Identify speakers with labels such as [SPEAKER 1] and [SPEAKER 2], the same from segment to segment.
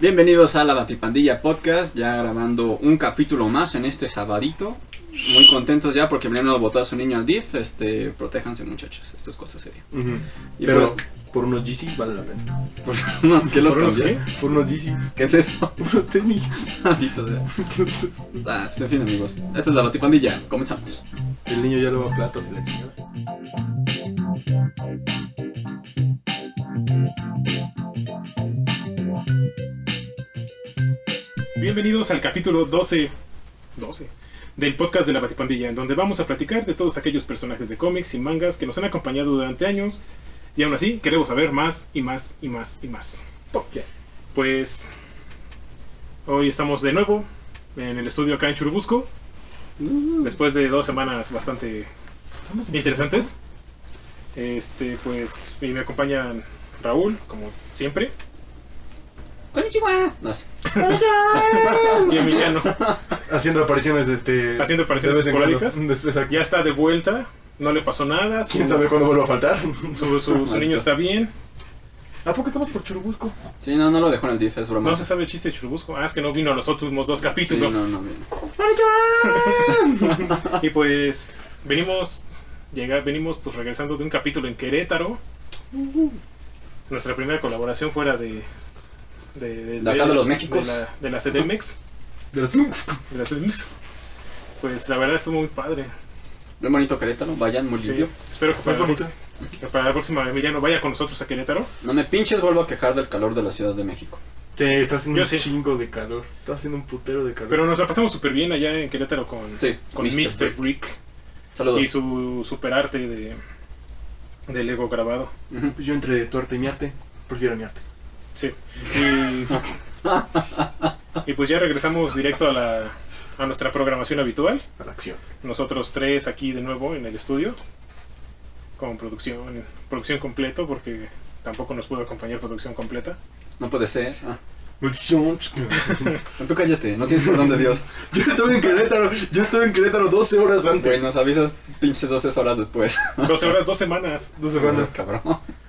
[SPEAKER 1] Bienvenidos a la Batipandilla Podcast, ya grabando un capítulo más en este sabadito. Muy contentos ya porque vinieron a votar a su niño al DIF. Este, protéjanse muchachos, esto es cosa seria.
[SPEAKER 2] Ujú.
[SPEAKER 1] Y
[SPEAKER 2] Pero
[SPEAKER 1] pues-
[SPEAKER 2] por unos GC vale la pena.
[SPEAKER 1] Por unos que los
[SPEAKER 2] ¿Por unos
[SPEAKER 1] cambias.
[SPEAKER 2] qué? Por unos GCs.
[SPEAKER 1] ¿Qué es eso?
[SPEAKER 2] Unos tenis.
[SPEAKER 1] Maldito sea. Ah, pues en fin amigos, esto es la Batipandilla, comenzamos.
[SPEAKER 2] El niño ya lo va a platos y la chingada.
[SPEAKER 3] Bienvenidos al capítulo 12, 12 del podcast de la Batipandilla, en donde vamos a platicar de todos aquellos personajes de cómics y mangas que nos han acompañado durante años y aún así queremos saber más y más y más y más. Pues hoy estamos de nuevo en el estudio acá en Churubusco, después de dos semanas bastante interesantes. Este, pues, y me acompañan Raúl, como siempre,
[SPEAKER 1] Konnichiwa. No sé.
[SPEAKER 3] y Emiliano.
[SPEAKER 2] Haciendo apariciones, este.
[SPEAKER 3] Haciendo apariciones
[SPEAKER 2] de vez en cuando.
[SPEAKER 3] esporádicas.
[SPEAKER 2] Después aquí.
[SPEAKER 3] ya está de vuelta, no le pasó nada, su,
[SPEAKER 2] ¿Quién sabe cuándo vuelva a faltar?
[SPEAKER 3] su- su- su niño está bien,
[SPEAKER 2] ¿A poco estamos por Churubusco?
[SPEAKER 1] Sí, no, no lo dejó en el DIF, es broma.
[SPEAKER 3] no se sabe el chiste de Churubusco, ah, es que no vino a los últimos dos
[SPEAKER 1] Sí,
[SPEAKER 3] capítulos,
[SPEAKER 1] no, no, mira.
[SPEAKER 3] y pues venimos, llega, venimos pues regresando de un capítulo en Querétaro, nuestra primera colaboración fuera de... De,
[SPEAKER 1] De acá de los Méxicos.
[SPEAKER 3] De la, de la CDMX,
[SPEAKER 2] De las-
[SPEAKER 3] de la CDMX. Pues la verdad estuvo muy padre.
[SPEAKER 1] Muy bonito Querétaro, vayan, muy
[SPEAKER 3] sí.
[SPEAKER 1] limpio.
[SPEAKER 3] Espero que para,
[SPEAKER 2] Es
[SPEAKER 3] la
[SPEAKER 2] bonito.
[SPEAKER 3] próxima- que para la próxima Emiliano vaya con nosotros a Querétaro.
[SPEAKER 1] No me pinches, vuelvo a quejar del calor de la Ciudad de México.
[SPEAKER 2] Sí, está haciendo
[SPEAKER 3] Yo
[SPEAKER 2] un
[SPEAKER 3] sí.
[SPEAKER 2] chingo de calor. Está haciendo un putero de calor.
[SPEAKER 3] Pero nos la pasamos súper bien allá en Querétaro con,
[SPEAKER 1] Sí,
[SPEAKER 3] con
[SPEAKER 1] Mr.
[SPEAKER 3] Mr.
[SPEAKER 1] Brick.
[SPEAKER 3] Brick.
[SPEAKER 1] Saludos.
[SPEAKER 3] y su superarte de del ego grabado.
[SPEAKER 1] Ujú.
[SPEAKER 2] Pues yo entre tu arte y mi arte, prefiero mi arte.
[SPEAKER 3] Sí. Y, y pues ya regresamos directo a la a nuestra programación habitual.
[SPEAKER 2] A la acción.
[SPEAKER 3] Nosotros tres aquí de nuevo en el estudio con producción producción completo porque tampoco nos pudo acompañar producción completa.
[SPEAKER 1] No puede ser. Ah.
[SPEAKER 2] Yo
[SPEAKER 1] Tú cállate, no tienes perdón de Dios.
[SPEAKER 2] estuve en Querétaro, yo estuve en Querétaro 12 horas antes.
[SPEAKER 1] Güey, nos avisas pinches 12 horas después.
[SPEAKER 3] 12 horas, dos semanas.
[SPEAKER 2] 12 horas
[SPEAKER 1] Gracias, cabrón.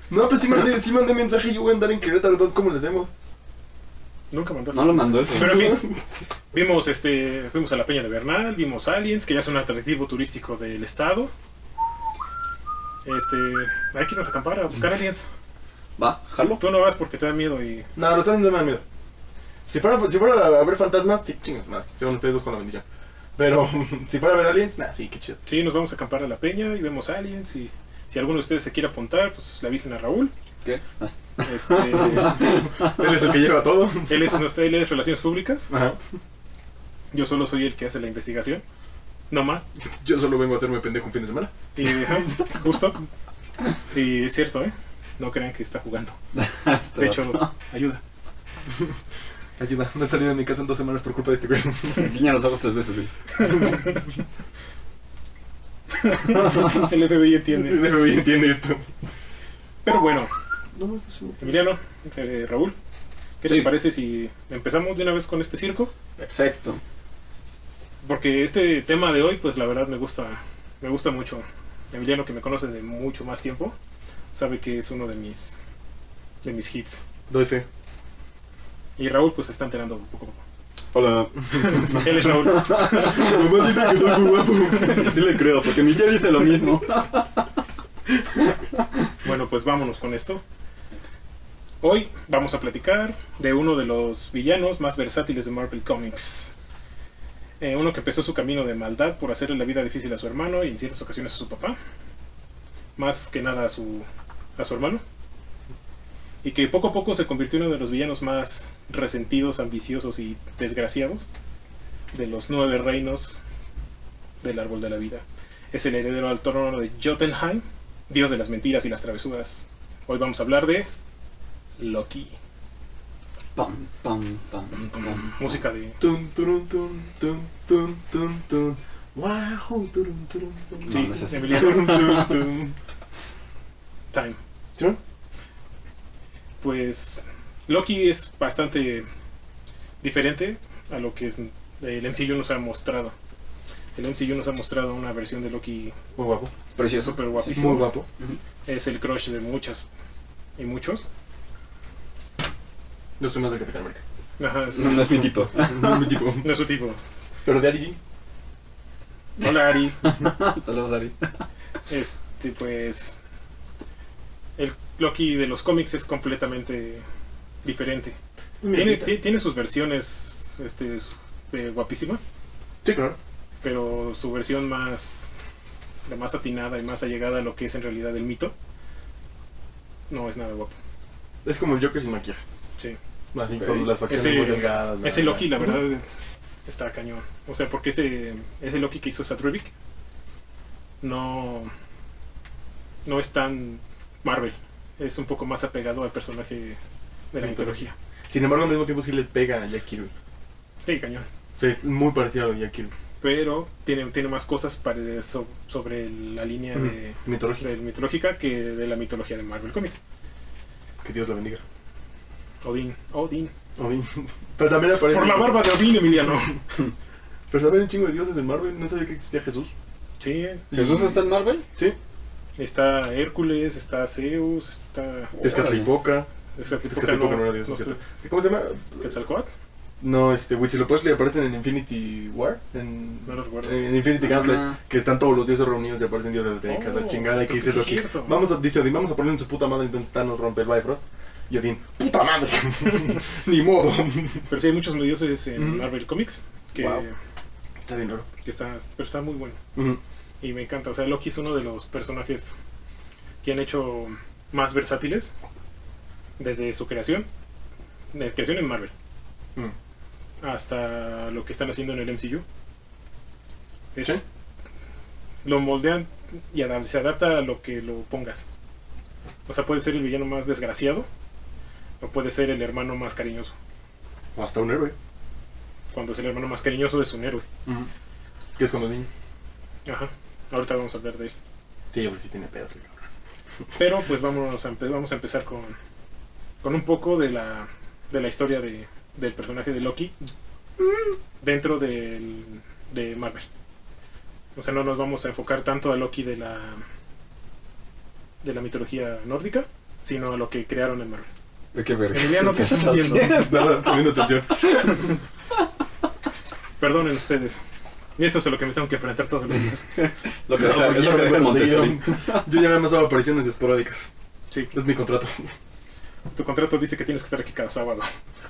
[SPEAKER 2] No, pues sí mandé, sí mandé mensaje, yo voy a andar en Querétaro, entonces ¿cómo le hacemos?
[SPEAKER 3] Nunca mandaste.
[SPEAKER 1] No lo mandó eso.
[SPEAKER 3] Pero en fin, vimos este, fuimos a la Peña de Bernal, vimos Aliens, que ya es un atractivo turístico del estado. Este, hay que irnos a acampar a buscar aliens.
[SPEAKER 1] Va, jalo.
[SPEAKER 3] Tú no vas porque te da miedo y
[SPEAKER 2] No, los aliens no me dan miedo. Si fuera, si fuera a ver fantasmas, sí, chingas madre. Según ustedes dos con la bendición. Pero si fuera a ver aliens, nah, sí, qué chido.
[SPEAKER 3] sí, nos vamos a acampar a la Peña y vemos aliens y si alguno de ustedes se quiere apuntar, pues le avisen a Raúl.
[SPEAKER 1] ¿Qué? Ah,
[SPEAKER 3] Este,
[SPEAKER 2] Él es el que lleva todo.
[SPEAKER 3] él es nuestro, él es relaciones públicas.
[SPEAKER 2] Ajá.
[SPEAKER 3] Yo solo soy el que hace la investigación. No más.
[SPEAKER 2] Yo solo vengo a hacerme pendejo un fin de semana.
[SPEAKER 3] Y ajá, justo. Y es cierto, ¿eh? No crean que está jugando.
[SPEAKER 1] este
[SPEAKER 3] De hecho,
[SPEAKER 1] vato.
[SPEAKER 3] ayuda.
[SPEAKER 2] Ayuda, no he salido de mi casa en dos semanas por culpa de este güey.
[SPEAKER 1] guiña los ojos tres veces. güey.
[SPEAKER 3] El FBI entiende.
[SPEAKER 2] El FBI entiende esto.
[SPEAKER 3] Pero bueno,
[SPEAKER 2] No, no, sí.
[SPEAKER 3] Emiliano, eh, Raúl, ¿qué
[SPEAKER 1] Sí.
[SPEAKER 3] te parece si empezamos de una vez con este circo?
[SPEAKER 1] Perfecto.
[SPEAKER 3] Porque este tema de hoy, pues la verdad me gusta, me gusta mucho. Emiliano, que me conoce de mucho más tiempo, sabe que es uno de mis, de mis hits.
[SPEAKER 2] Doy fe.
[SPEAKER 3] Y Raúl, pues se está enterando poco a poco.
[SPEAKER 1] Hola.
[SPEAKER 3] Él es Raúl.
[SPEAKER 2] Mamá dice que soy muy guapo.
[SPEAKER 1] Sí le creo, porque mi ya dice lo mismo.
[SPEAKER 3] Bueno, pues vámonos con esto. Hoy vamos a platicar de uno de los villanos más versátiles de Marvel Comics. Eh, uno que empezó su camino de maldad por hacerle la vida difícil a su hermano y en ciertas ocasiones a su papá. Más que nada a su, a su hermano. Y que poco a poco se convirtió en uno de los villanos más resentidos, ambiciosos y desgraciados de los nueve reinos del árbol de la vida. Es el heredero al trono de Jotunheim, Dios de las mentiras y las travesuras. Hoy vamos a hablar de Loki.
[SPEAKER 1] Pam, pam, pam, pam.
[SPEAKER 3] Música de.
[SPEAKER 2] Tum, turum, tum, tum, tum, tum, tum. Wahoo, turum, turum, turum.
[SPEAKER 3] Sí,
[SPEAKER 1] no es así.
[SPEAKER 3] Emiliano.
[SPEAKER 2] Turum, turum, turum.
[SPEAKER 3] Time.
[SPEAKER 2] ¿Sí?
[SPEAKER 3] Pues Loki es bastante diferente a lo que es- el MCU nos ha mostrado. El MCU nos ha mostrado una versión de Loki
[SPEAKER 2] Muy guapo.
[SPEAKER 1] Precioso.
[SPEAKER 3] súper guapísima.
[SPEAKER 2] Muy guapo.
[SPEAKER 3] Es el crush de muchas y muchos.
[SPEAKER 2] Yo soy más de Capitán América.
[SPEAKER 3] Ajá, sí.
[SPEAKER 1] No, no es mi tipo.
[SPEAKER 2] No es mi tipo.
[SPEAKER 3] No es su tipo.
[SPEAKER 2] Pero de Ari G.
[SPEAKER 3] Hola, Ari.
[SPEAKER 1] Saludos, Ari.
[SPEAKER 3] Este, pues. El Loki de los cómics es completamente diferente. Tiene, ti- tiene sus versiones este, su- de guapísimas,
[SPEAKER 2] Sí, claro.
[SPEAKER 3] pero su versión más. la más atinada y más allegada a lo que es en realidad el mito. No es nada guapo.
[SPEAKER 2] Es como el Joker sin maquillaje.
[SPEAKER 3] Sí.
[SPEAKER 2] Así,
[SPEAKER 1] Ok.
[SPEAKER 2] con las facciones
[SPEAKER 3] Ese-
[SPEAKER 2] muy delgadas. la
[SPEAKER 3] Ese
[SPEAKER 2] verdad.
[SPEAKER 3] Loki, la verdad, está cañón. O sea, porque ese, ese Loki que hizo Satrivic no, no es tan Marvel. Es un poco más apegado al personaje de la
[SPEAKER 2] Mitología.
[SPEAKER 3] mitología.
[SPEAKER 2] Sin embargo, al mismo tiempo sí le pega a Jack Kirby.
[SPEAKER 3] Sí, cañón.
[SPEAKER 2] O sea, es muy parecido a lo de Jack Kirby.
[SPEAKER 3] Pero tiene, tiene más cosas pare- so- sobre la línea de,
[SPEAKER 2] Mitológico.
[SPEAKER 3] del mitológica que de la mitología de Marvel Comics.
[SPEAKER 2] Que Dios la bendiga.
[SPEAKER 3] Odín, Odín.
[SPEAKER 2] Odín. Pero también aparece.
[SPEAKER 3] Por la barba de Odín, Emiliano.
[SPEAKER 2] Pero también un chingo de dioses en Marvel. No sabía que existía Jesús.
[SPEAKER 3] Sí,
[SPEAKER 1] ¿Jesús está en Marvel?
[SPEAKER 2] Sí.
[SPEAKER 3] está Hércules, está Zeus, está...
[SPEAKER 2] Tezcatlipoca. Tezcatlipoca
[SPEAKER 3] Tezcatlipoca
[SPEAKER 2] no era dios.
[SPEAKER 3] no-
[SPEAKER 2] ¿no es
[SPEAKER 3] no-
[SPEAKER 2] cierto? ¿Cómo se llama?
[SPEAKER 3] ¿Quetzalcóatl?
[SPEAKER 2] No, este. Huitzilopochtli aparecen en Infinity War. En,
[SPEAKER 3] No lo recuerdo.
[SPEAKER 2] en Infinity Gauntlet.
[SPEAKER 1] Ah.
[SPEAKER 2] Que están todos los dioses reunidos y aparecen dioses de
[SPEAKER 3] Oh,
[SPEAKER 2] la chingada. Y que
[SPEAKER 3] creo que
[SPEAKER 2] dice
[SPEAKER 3] sí es
[SPEAKER 2] Loki.
[SPEAKER 3] cierto.
[SPEAKER 2] Vamos a, dice Odín, vamos a ponerle en su puta madre. Entonces Thanos rompe el Bifrost. Y Odín, puta madre. Ni modo.
[SPEAKER 3] Pero sí hay muchos dioses en
[SPEAKER 2] Ujú.
[SPEAKER 3] Marvel Comics que,
[SPEAKER 2] Wow. Está bien raro.
[SPEAKER 3] que está, pero está muy bueno.
[SPEAKER 2] Ujú.
[SPEAKER 3] Y me encanta. O sea, Loki es uno de los personajes que han hecho más versátiles desde su creación. Desde su creación en Marvel.
[SPEAKER 2] Mm.
[SPEAKER 3] Hasta lo que están haciendo en el MCU. Es-
[SPEAKER 2] Sí.
[SPEAKER 3] Lo moldean y adap- se adapta a lo que lo pongas. O sea, puede ser el villano más desgraciado o puede ser el hermano más cariñoso.
[SPEAKER 2] O hasta un héroe.
[SPEAKER 3] Cuando es el hermano más cariñoso es un héroe.
[SPEAKER 2] Que es cuando niño.
[SPEAKER 3] Ajá. Ahorita vamos a hablar de él.
[SPEAKER 2] Sí, pues sí tiene pedos el cabrón.
[SPEAKER 3] Pero pues vámonos a empe- vamos a empezar con, con un poco de la, de la historia de, del personaje de Loki dentro del, de Marvel. O sea, no nos vamos a enfocar tanto a Loki de la de la mitología nórdica, sino a lo que crearon en Marvel.
[SPEAKER 1] ¿De qué verga?
[SPEAKER 3] Emiliano, ¿qué estás haciendo?
[SPEAKER 2] Nada, poniendo atención.
[SPEAKER 3] Perdonen ustedes. Y esto es a lo que me tengo que enfrentar todos los días.
[SPEAKER 1] Lo que deja, es lo que deja el Montessori.
[SPEAKER 2] Yo ya nada más hago apariciones esporádicas.
[SPEAKER 3] Sí, pues,
[SPEAKER 2] Es mi contrato.
[SPEAKER 3] tu contrato dice que tienes que estar aquí cada sábado.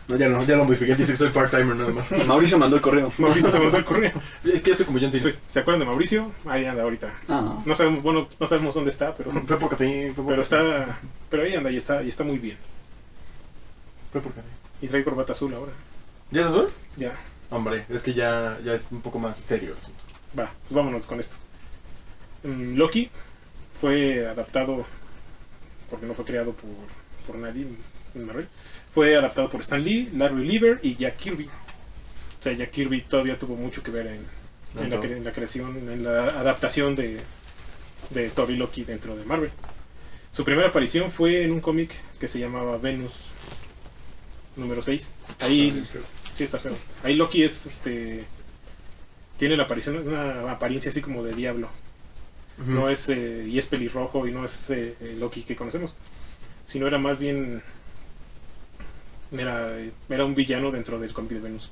[SPEAKER 2] No, ya no, ya lo modifiqué. Dice que soy part-timer nada más.
[SPEAKER 1] Mauricio mandó el correo.
[SPEAKER 3] Mauricio te mandó el correo.
[SPEAKER 2] Es que ya soy como John Cena.
[SPEAKER 3] Sí, ¿Se acuerdan de Mauricio? Ahí anda ahorita.
[SPEAKER 1] Ah,
[SPEAKER 3] No sabemos, bueno, no sabemos dónde está, pero,
[SPEAKER 2] Fue por café, fue por,
[SPEAKER 3] pero está. Pero ahí anda y está, y está muy bien.
[SPEAKER 2] Fue por café.
[SPEAKER 3] Y trae corbata azul ahora.
[SPEAKER 2] ¿Ya es azul?
[SPEAKER 3] Ya,
[SPEAKER 2] Hombre, es que ya, ya es un poco más serio. el asunto.
[SPEAKER 3] va, pues vámonos con esto. Mm, Loki fue adaptado, porque no fue creado por, por nadie en Marvel, fue adaptado por Stan Lee, Larry Lieber y Jack Kirby. O sea, Jack Kirby todavía tuvo mucho que ver en, en la,
[SPEAKER 2] Tanto.
[SPEAKER 3] cre- en la creación, en la adaptación de, de Thor y Loki dentro de Marvel. Su primera aparición fue en un cómic que se llamaba Venus número 6. Ahí sí está feo. Ahí Loki es este tiene la aparición una apariencia así como de diablo.
[SPEAKER 2] Ujú.
[SPEAKER 3] No es eh, y es pelirrojo y no es eh, el Loki que conocemos, sino era más bien era, era un villano dentro del cómic de Venus.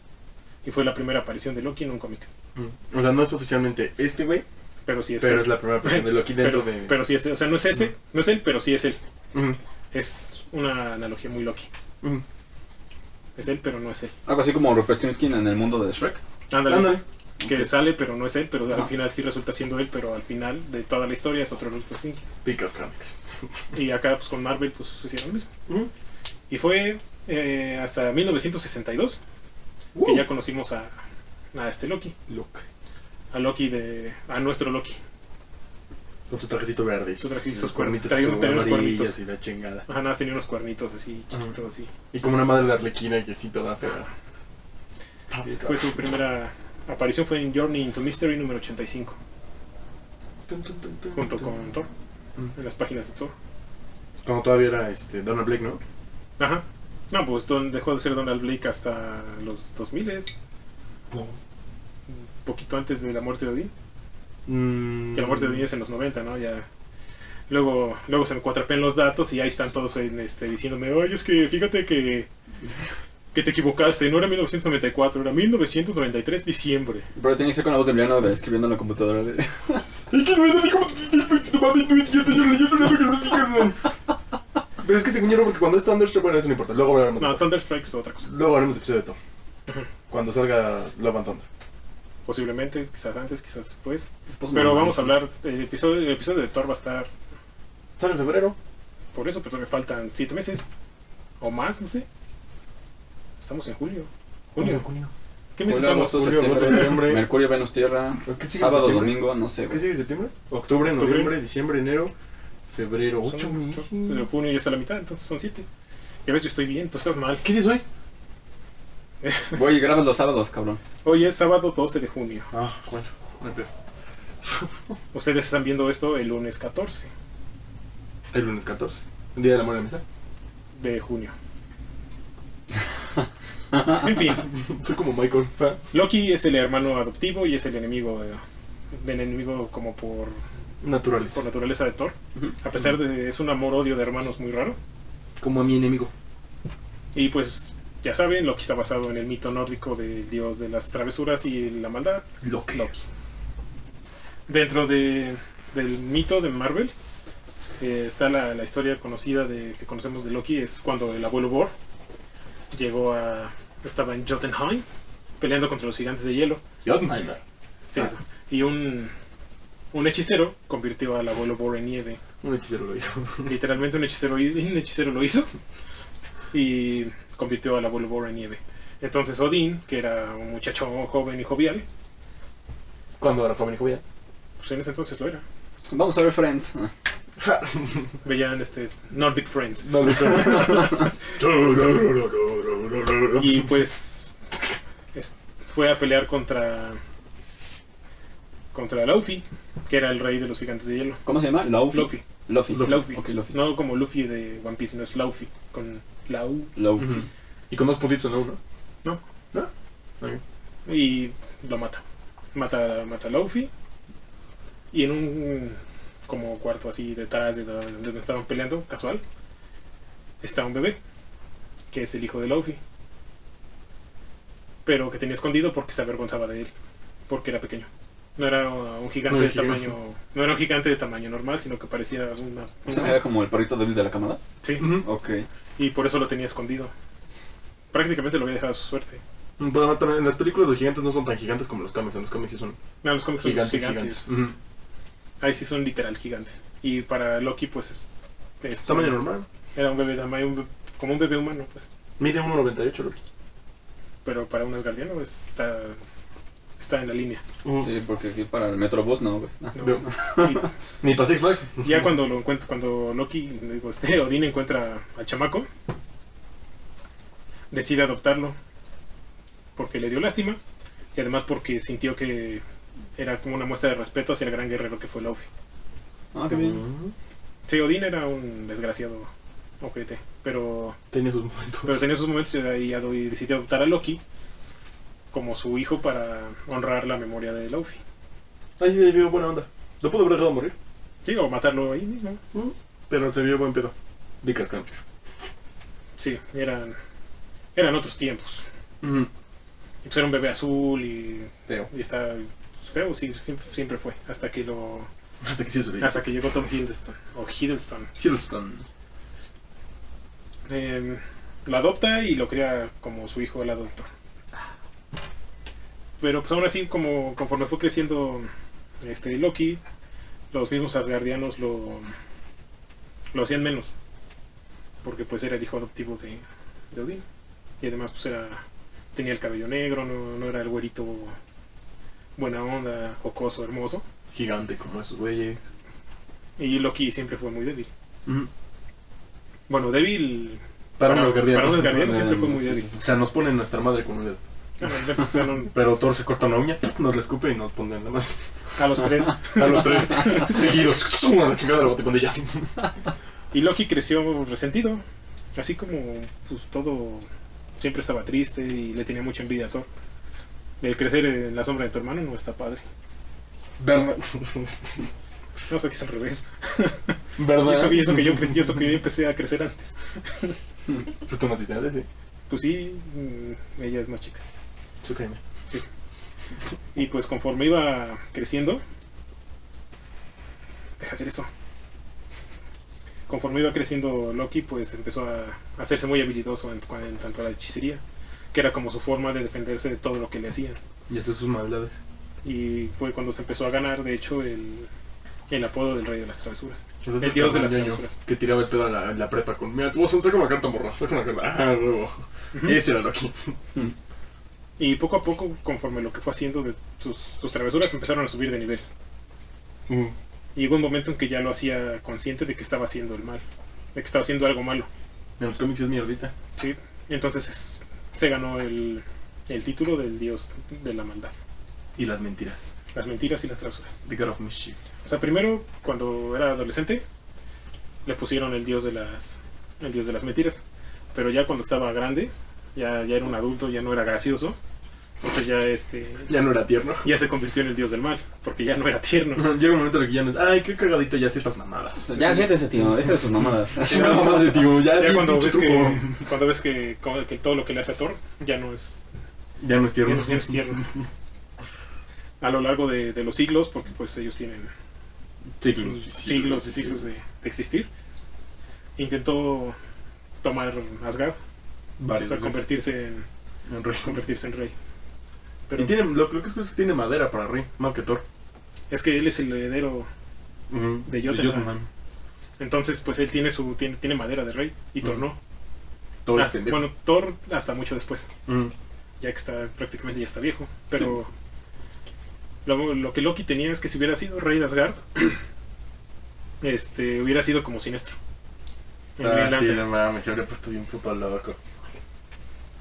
[SPEAKER 3] Y fue la primera aparición de Loki en un cómic.
[SPEAKER 2] Ujú. O sea, no es oficialmente este güey,
[SPEAKER 3] Pero sí es
[SPEAKER 2] pero
[SPEAKER 3] él.
[SPEAKER 2] es la primera aparición de Loki
[SPEAKER 3] pero,
[SPEAKER 2] dentro de.
[SPEAKER 3] pero sí es él. O sea, no es ese, no es él, pero sí es él.
[SPEAKER 2] Ujú.
[SPEAKER 3] Es una analogía muy Loki.
[SPEAKER 2] Ujú.
[SPEAKER 3] Es él, pero no es él.
[SPEAKER 1] algo así como Rupert Strindkin en el mundo de Shrek.
[SPEAKER 3] Ándale.
[SPEAKER 2] Ándale.
[SPEAKER 3] Que sale, pero no es él, pero al
[SPEAKER 1] Ah.
[SPEAKER 3] final sí resulta siendo él, pero al final de toda la historia es otro Rupert Stinky.
[SPEAKER 2] Picas Comics.
[SPEAKER 3] Y acá pues con Marvel pues hicieron lo mismo.
[SPEAKER 2] Ujú.
[SPEAKER 3] Y fue eh, hasta 1962 que
[SPEAKER 2] Uh.
[SPEAKER 3] ya conocimos a, a este Loki,
[SPEAKER 2] Look.
[SPEAKER 3] a Loki de a nuestro Loki.
[SPEAKER 2] Con tu trajecito verde.
[SPEAKER 3] Tu trajecito
[SPEAKER 2] sus
[SPEAKER 3] cuer-
[SPEAKER 2] cuernitos
[SPEAKER 3] traía-
[SPEAKER 2] así,
[SPEAKER 3] traía unos
[SPEAKER 2] amarillos
[SPEAKER 3] cuernitos.
[SPEAKER 2] y la chingada.
[SPEAKER 3] Ajá, nada más tenía unos cuernitos así
[SPEAKER 2] Ajá.
[SPEAKER 3] chiquitos así.
[SPEAKER 2] Y como una madre de arlequina que así toda fea.
[SPEAKER 3] Fue su primera aparición fue en Journey into Mystery número 85 junto con Thor
[SPEAKER 2] Mm.
[SPEAKER 3] en las páginas de Thor.
[SPEAKER 2] Cuando todavía era este, Donald Blake, ¿no?
[SPEAKER 3] Ajá. No, pues Don- dejó de ser Donald Blake hasta los 2000, un poquito antes de la muerte de Odín.
[SPEAKER 2] Mm.
[SPEAKER 3] Que la muerte de Odín es en los 90, ¿no? Ya. Luego, luego se me cuatrapen los datos y ahí están todos en, este, diciéndome, oye, es que fíjate que Que te equivocaste, no era 1994, era 1993, diciembre.
[SPEAKER 1] Pero tenía que ser con la voz de Emiliano de- escribiendo en la computadora. De...
[SPEAKER 2] Pero es que según yo no, porque cuando es Thunderstruck, bueno, eso no importa. Luego hablaremos. de
[SPEAKER 3] No,
[SPEAKER 2] Thor.
[SPEAKER 3] Thunder Strike es otra cosa.
[SPEAKER 2] Luego haremos episodio de Thor. Cuando salga Love and Thunder.
[SPEAKER 3] Posiblemente, quizás antes, quizás después.
[SPEAKER 1] Pues,
[SPEAKER 3] Pero
[SPEAKER 1] mamá.
[SPEAKER 3] vamos a hablar, el episodio, el episodio de Thor va a estar
[SPEAKER 2] Sale en febrero.
[SPEAKER 3] por eso, pero me faltan siete meses. O más, no sé. Estamos en julio.
[SPEAKER 2] Junio.
[SPEAKER 3] Junio. ¿Qué mes
[SPEAKER 2] Julio,
[SPEAKER 3] estamos?
[SPEAKER 1] Agosto,
[SPEAKER 2] Julio,
[SPEAKER 1] septiembre,
[SPEAKER 2] agosto, septiembre.
[SPEAKER 1] Mercurio, Venus, Tierra.
[SPEAKER 2] ¿Qué sigue
[SPEAKER 1] Sábado,
[SPEAKER 2] septiembre?
[SPEAKER 1] domingo, no sé.
[SPEAKER 2] ¿Qué
[SPEAKER 1] güey.
[SPEAKER 2] sigue septiembre? Octubre,
[SPEAKER 3] Octubre.
[SPEAKER 2] noviembre, diciembre, enero, febrero.
[SPEAKER 3] Son
[SPEAKER 2] Ocho
[SPEAKER 3] ocho,
[SPEAKER 2] meses.
[SPEAKER 3] Pero junio ya está la mitad, entonces son siete. Ya ves, yo estoy bien, tú estás mal.
[SPEAKER 2] ¿Qué día es hoy?
[SPEAKER 1] Voy y grabas los sábados, cabrón.
[SPEAKER 3] Hoy es sábado 12 de junio.
[SPEAKER 2] Ah, bueno, no hay pedo.
[SPEAKER 3] Ustedes están viendo esto el lunes 14
[SPEAKER 2] El lunes 14. Día del amor y la amistad.
[SPEAKER 3] de junio. En fin,
[SPEAKER 2] Soy como Michael. ¿verdad?
[SPEAKER 3] Loki es el hermano adoptivo y es el enemigo de- del enemigo como por,
[SPEAKER 2] Naturales.
[SPEAKER 3] por naturaleza de Thor.
[SPEAKER 1] Ujú.
[SPEAKER 3] A pesar de es un amor odio de hermanos muy raro.
[SPEAKER 2] Como a mi enemigo.
[SPEAKER 3] Y pues ya saben, Loki está basado en el mito nórdico del dios de las travesuras y la maldad,
[SPEAKER 2] Loki.
[SPEAKER 3] Loki. Dentro de- del mito de Marvel eh, está la, la historia conocida de, que conocemos de Loki, es cuando el abuelo Bor llegó a... estaba en Jotunheim peleando contra los gigantes de hielo.
[SPEAKER 2] Jotunheimer.
[SPEAKER 3] Sí,
[SPEAKER 2] Ah.
[SPEAKER 3] eso. Y un, un hechicero convirtió al abuelo Bor en nieve.
[SPEAKER 2] Un hechicero lo hizo.
[SPEAKER 3] Literalmente un hechicero, hi- un hechicero lo hizo y convirtió al abuelo Bor en nieve. Entonces Odín, que era un muchacho joven y jovial,
[SPEAKER 2] Cuando ahora fue mi hijo ya.
[SPEAKER 3] pues en ese entonces lo era.
[SPEAKER 1] Vamos a ver Friends. Ah,
[SPEAKER 3] Veían este Nordic Friends.
[SPEAKER 2] No,
[SPEAKER 3] Y pues es- fue a pelear contra contra Luffy, que era el rey de los gigantes de hielo.
[SPEAKER 1] ¿Cómo se llama? Luffy. Luffy.
[SPEAKER 3] Luffy, Luffy.
[SPEAKER 1] Ok, Luffy.
[SPEAKER 3] No como Luffy de One Piece, no es Luffy con la U.
[SPEAKER 1] Luffy.
[SPEAKER 2] Ujú. Y con dos puntitos, ¿no? ¿no?
[SPEAKER 3] No.
[SPEAKER 2] ¿No? Ok.
[SPEAKER 3] y lo mata. Mata, mata a Luffy. Y en un como cuarto así detrás de donde donde estaban peleando, casual, está un bebé, que es el hijo de Luffy. Pero que tenía escondido porque se avergonzaba de él, porque era pequeño. No era un gigante
[SPEAKER 2] No
[SPEAKER 3] de
[SPEAKER 2] era gigante.
[SPEAKER 3] tamaño. No era un gigante de tamaño normal, sino que parecía una.
[SPEAKER 1] O sea, era como el perrito débil de la camada.
[SPEAKER 3] Sí,
[SPEAKER 2] Ujú.
[SPEAKER 1] Ok.
[SPEAKER 3] y por eso lo tenía escondido. Prácticamente lo había dejado a su suerte.
[SPEAKER 2] Pero no, también en las películas los gigantes no son tan gigantes como los cómics. En los cómics sí son
[SPEAKER 3] No, los cómics son
[SPEAKER 2] gigantes,
[SPEAKER 3] gigantes.
[SPEAKER 2] gigantes. Ujú.
[SPEAKER 3] Ahí sí son literal gigantes. Y para Loki, pues. es- es-
[SPEAKER 2] Es tamaño normal.
[SPEAKER 3] Era un bebé, tamaño, un bebé- como un bebé humano, pues.
[SPEAKER 2] Mide 1.98 Loki.
[SPEAKER 3] Pero para un asgardiano pues, está, está en la línea.
[SPEAKER 2] Ujú.
[SPEAKER 1] Sí, porque aquí para el Metrobús no, güey. Ah.
[SPEAKER 3] ¿no?
[SPEAKER 2] Veo. Ni para Six Flags.
[SPEAKER 3] Y ya cuando lo encuentra, cuando Loki, digo, este Odín encuentra al chamaco, decide adoptarlo. Porque le dio lástima. Y además porque sintió que era como una muestra de respeto hacia el gran guerrero que fue Luffy.
[SPEAKER 1] Ah, qué bien.
[SPEAKER 2] Ujú.
[SPEAKER 3] Sí, Odín era un desgraciado ojete. Pero
[SPEAKER 2] Tenía sus momentos.
[SPEAKER 3] Pero tenía esos momentos y ahí ado- y decidió adoptar a Loki como su hijo para honrar la memoria de Luffy.
[SPEAKER 2] Ahí se vio buena onda. Lo pudo haber dejado morir,
[SPEAKER 3] Sí, o matarlo ahí mismo.
[SPEAKER 2] pero se vio buen pedo. Dicas cómics.
[SPEAKER 3] Sí, eran, eran otros tiempos. Y pues era un bebé azul y,
[SPEAKER 2] Feo.
[SPEAKER 3] y está pues, feo, sí, siempre, siempre fue. Hasta que lo
[SPEAKER 2] Hasta que sí es
[SPEAKER 3] hasta que llegó Tom Hiddleston. O Hiddleston.
[SPEAKER 2] Hiddleston.
[SPEAKER 3] Em, lo adopta y lo cría como su hijo el adulto. Pero pues aún así, como conforme fue creciendo este Loki, los mismos asgardianos lo, lo hacían menos. Porque pues era el hijo adoptivo de, de Odín. Y además pues era. tenía el cabello negro, no, no era el güerito buena onda, jocoso, hermoso.
[SPEAKER 2] Gigante como esos güeyes.
[SPEAKER 3] Y Loki siempre fue muy débil. Bueno, débil
[SPEAKER 2] Para,
[SPEAKER 3] Para-
[SPEAKER 2] unos guardianes.
[SPEAKER 3] para un asgardiano.
[SPEAKER 1] Ah,
[SPEAKER 3] siempre fue muy
[SPEAKER 1] sí,
[SPEAKER 3] débil.
[SPEAKER 1] sí,
[SPEAKER 2] O sea, nos ponen nuestra madre con un dedo.
[SPEAKER 3] o sea, no-
[SPEAKER 2] Pero Thor se corta una uña, nos la escupe y nos ponen la madre.
[SPEAKER 3] a los tres.
[SPEAKER 2] A los tres seguidos. A la chingada de la botipondilla.
[SPEAKER 3] Y Loki creció resentido, así como pues, todo siempre estaba triste y le tenía mucha envidia a Thor. El crecer en la sombra de tu hermano no está padre.
[SPEAKER 2] Verdad.
[SPEAKER 3] No, o sea, que es al revés. Y
[SPEAKER 2] Verdad.
[SPEAKER 3] eso, y eso que yo, crecí- y eso que yo empecé a crecer antes.
[SPEAKER 2] Pues tú naciste antes, sí.
[SPEAKER 3] pues sí, mm, ella es más chica.
[SPEAKER 2] Tsukame.
[SPEAKER 3] Y pues conforme iba creciendo, deja hacer eso. Conforme iba creciendo Loki, pues empezó a hacerse muy habilidoso en, cua- en tanto a la hechicería, que era como su forma de defenderse de todo lo que le hacían.
[SPEAKER 2] Y hace sus maldades.
[SPEAKER 3] Y fue cuando se empezó a ganar, de hecho, el, el apodo del rey de las travesuras.
[SPEAKER 2] Ese es
[SPEAKER 3] El dios de
[SPEAKER 2] cabrón
[SPEAKER 3] las
[SPEAKER 2] ñoño
[SPEAKER 3] travesuras.
[SPEAKER 2] Que tiraba toda la, la prepa con. Mira, tú vas a saca una carta, morra. Saca una carta. Ah, huevo. Ese era Loki.
[SPEAKER 3] Y poco a poco, conforme lo que fue haciendo de sus, sus travesuras, empezaron a subir de nivel.
[SPEAKER 2] Mm.
[SPEAKER 3] Y llegó un momento en que ya lo hacía consciente de que estaba haciendo el mal, de que estaba haciendo algo malo.
[SPEAKER 2] En los cómics es mierdita.
[SPEAKER 3] Sí, entonces es- se ganó el, el título del dios de la maldad,
[SPEAKER 2] Y las mentiras.
[SPEAKER 3] las mentiras y las travesuras.
[SPEAKER 2] The God of Mischief.
[SPEAKER 3] O sea, primero, cuando era adolescente, le pusieron el dios de las, el dios de las mentiras, pero ya cuando estaba grande, ya, ya era un adulto, ya no era gracioso, entonces ya, este,
[SPEAKER 2] Ya no era tierno.
[SPEAKER 3] ya se convirtió en el dios del mal, porque ya no era tierno.
[SPEAKER 2] Llega un momento en el que ya no es. Ay, qué cagadito ya hace estas mamadas.
[SPEAKER 1] Ya siéntese, tío, deja de sus mamadas.
[SPEAKER 2] Sí, no, madre, tío, ya,
[SPEAKER 3] Ya
[SPEAKER 2] di
[SPEAKER 3] cuando
[SPEAKER 2] pinche
[SPEAKER 3] ves, que,
[SPEAKER 2] truco.
[SPEAKER 3] cuando ves que, como que todo lo que le hace a Thor ya no es
[SPEAKER 2] Ya no es tierno.
[SPEAKER 3] Tiernos, tiernos, tiernos. A lo largo de, de los siglos, porque pues ellos tienen
[SPEAKER 2] Siglos.
[SPEAKER 3] siglos y siglos de, de existir, intentó tomar Asgard, o
[SPEAKER 2] Varios.
[SPEAKER 3] sea, convertirse en,
[SPEAKER 2] En rey.
[SPEAKER 3] convertirse en rey. Pero
[SPEAKER 2] Y tiene, lo, lo que es curioso es que tiene madera para rey, más que Thor.
[SPEAKER 3] es que él es el heredero, De Jotunheim.
[SPEAKER 2] Jotunheim.
[SPEAKER 3] entonces pues él tiene su tiene, tiene madera de rey y Thor no.
[SPEAKER 2] Mm, Thor
[SPEAKER 3] Ah,
[SPEAKER 2] es pendejo.
[SPEAKER 3] bueno, Thor hasta mucho después,
[SPEAKER 2] Mm.
[SPEAKER 3] ya que está prácticamente ya está viejo, pero lo, lo que Loki tenía es que si hubiera sido rey de Asgard, este hubiera sido como siniestro. En Green
[SPEAKER 2] Ah, sí,
[SPEAKER 3] Lantern.
[SPEAKER 2] no mames, se habría puesto bien puto loco.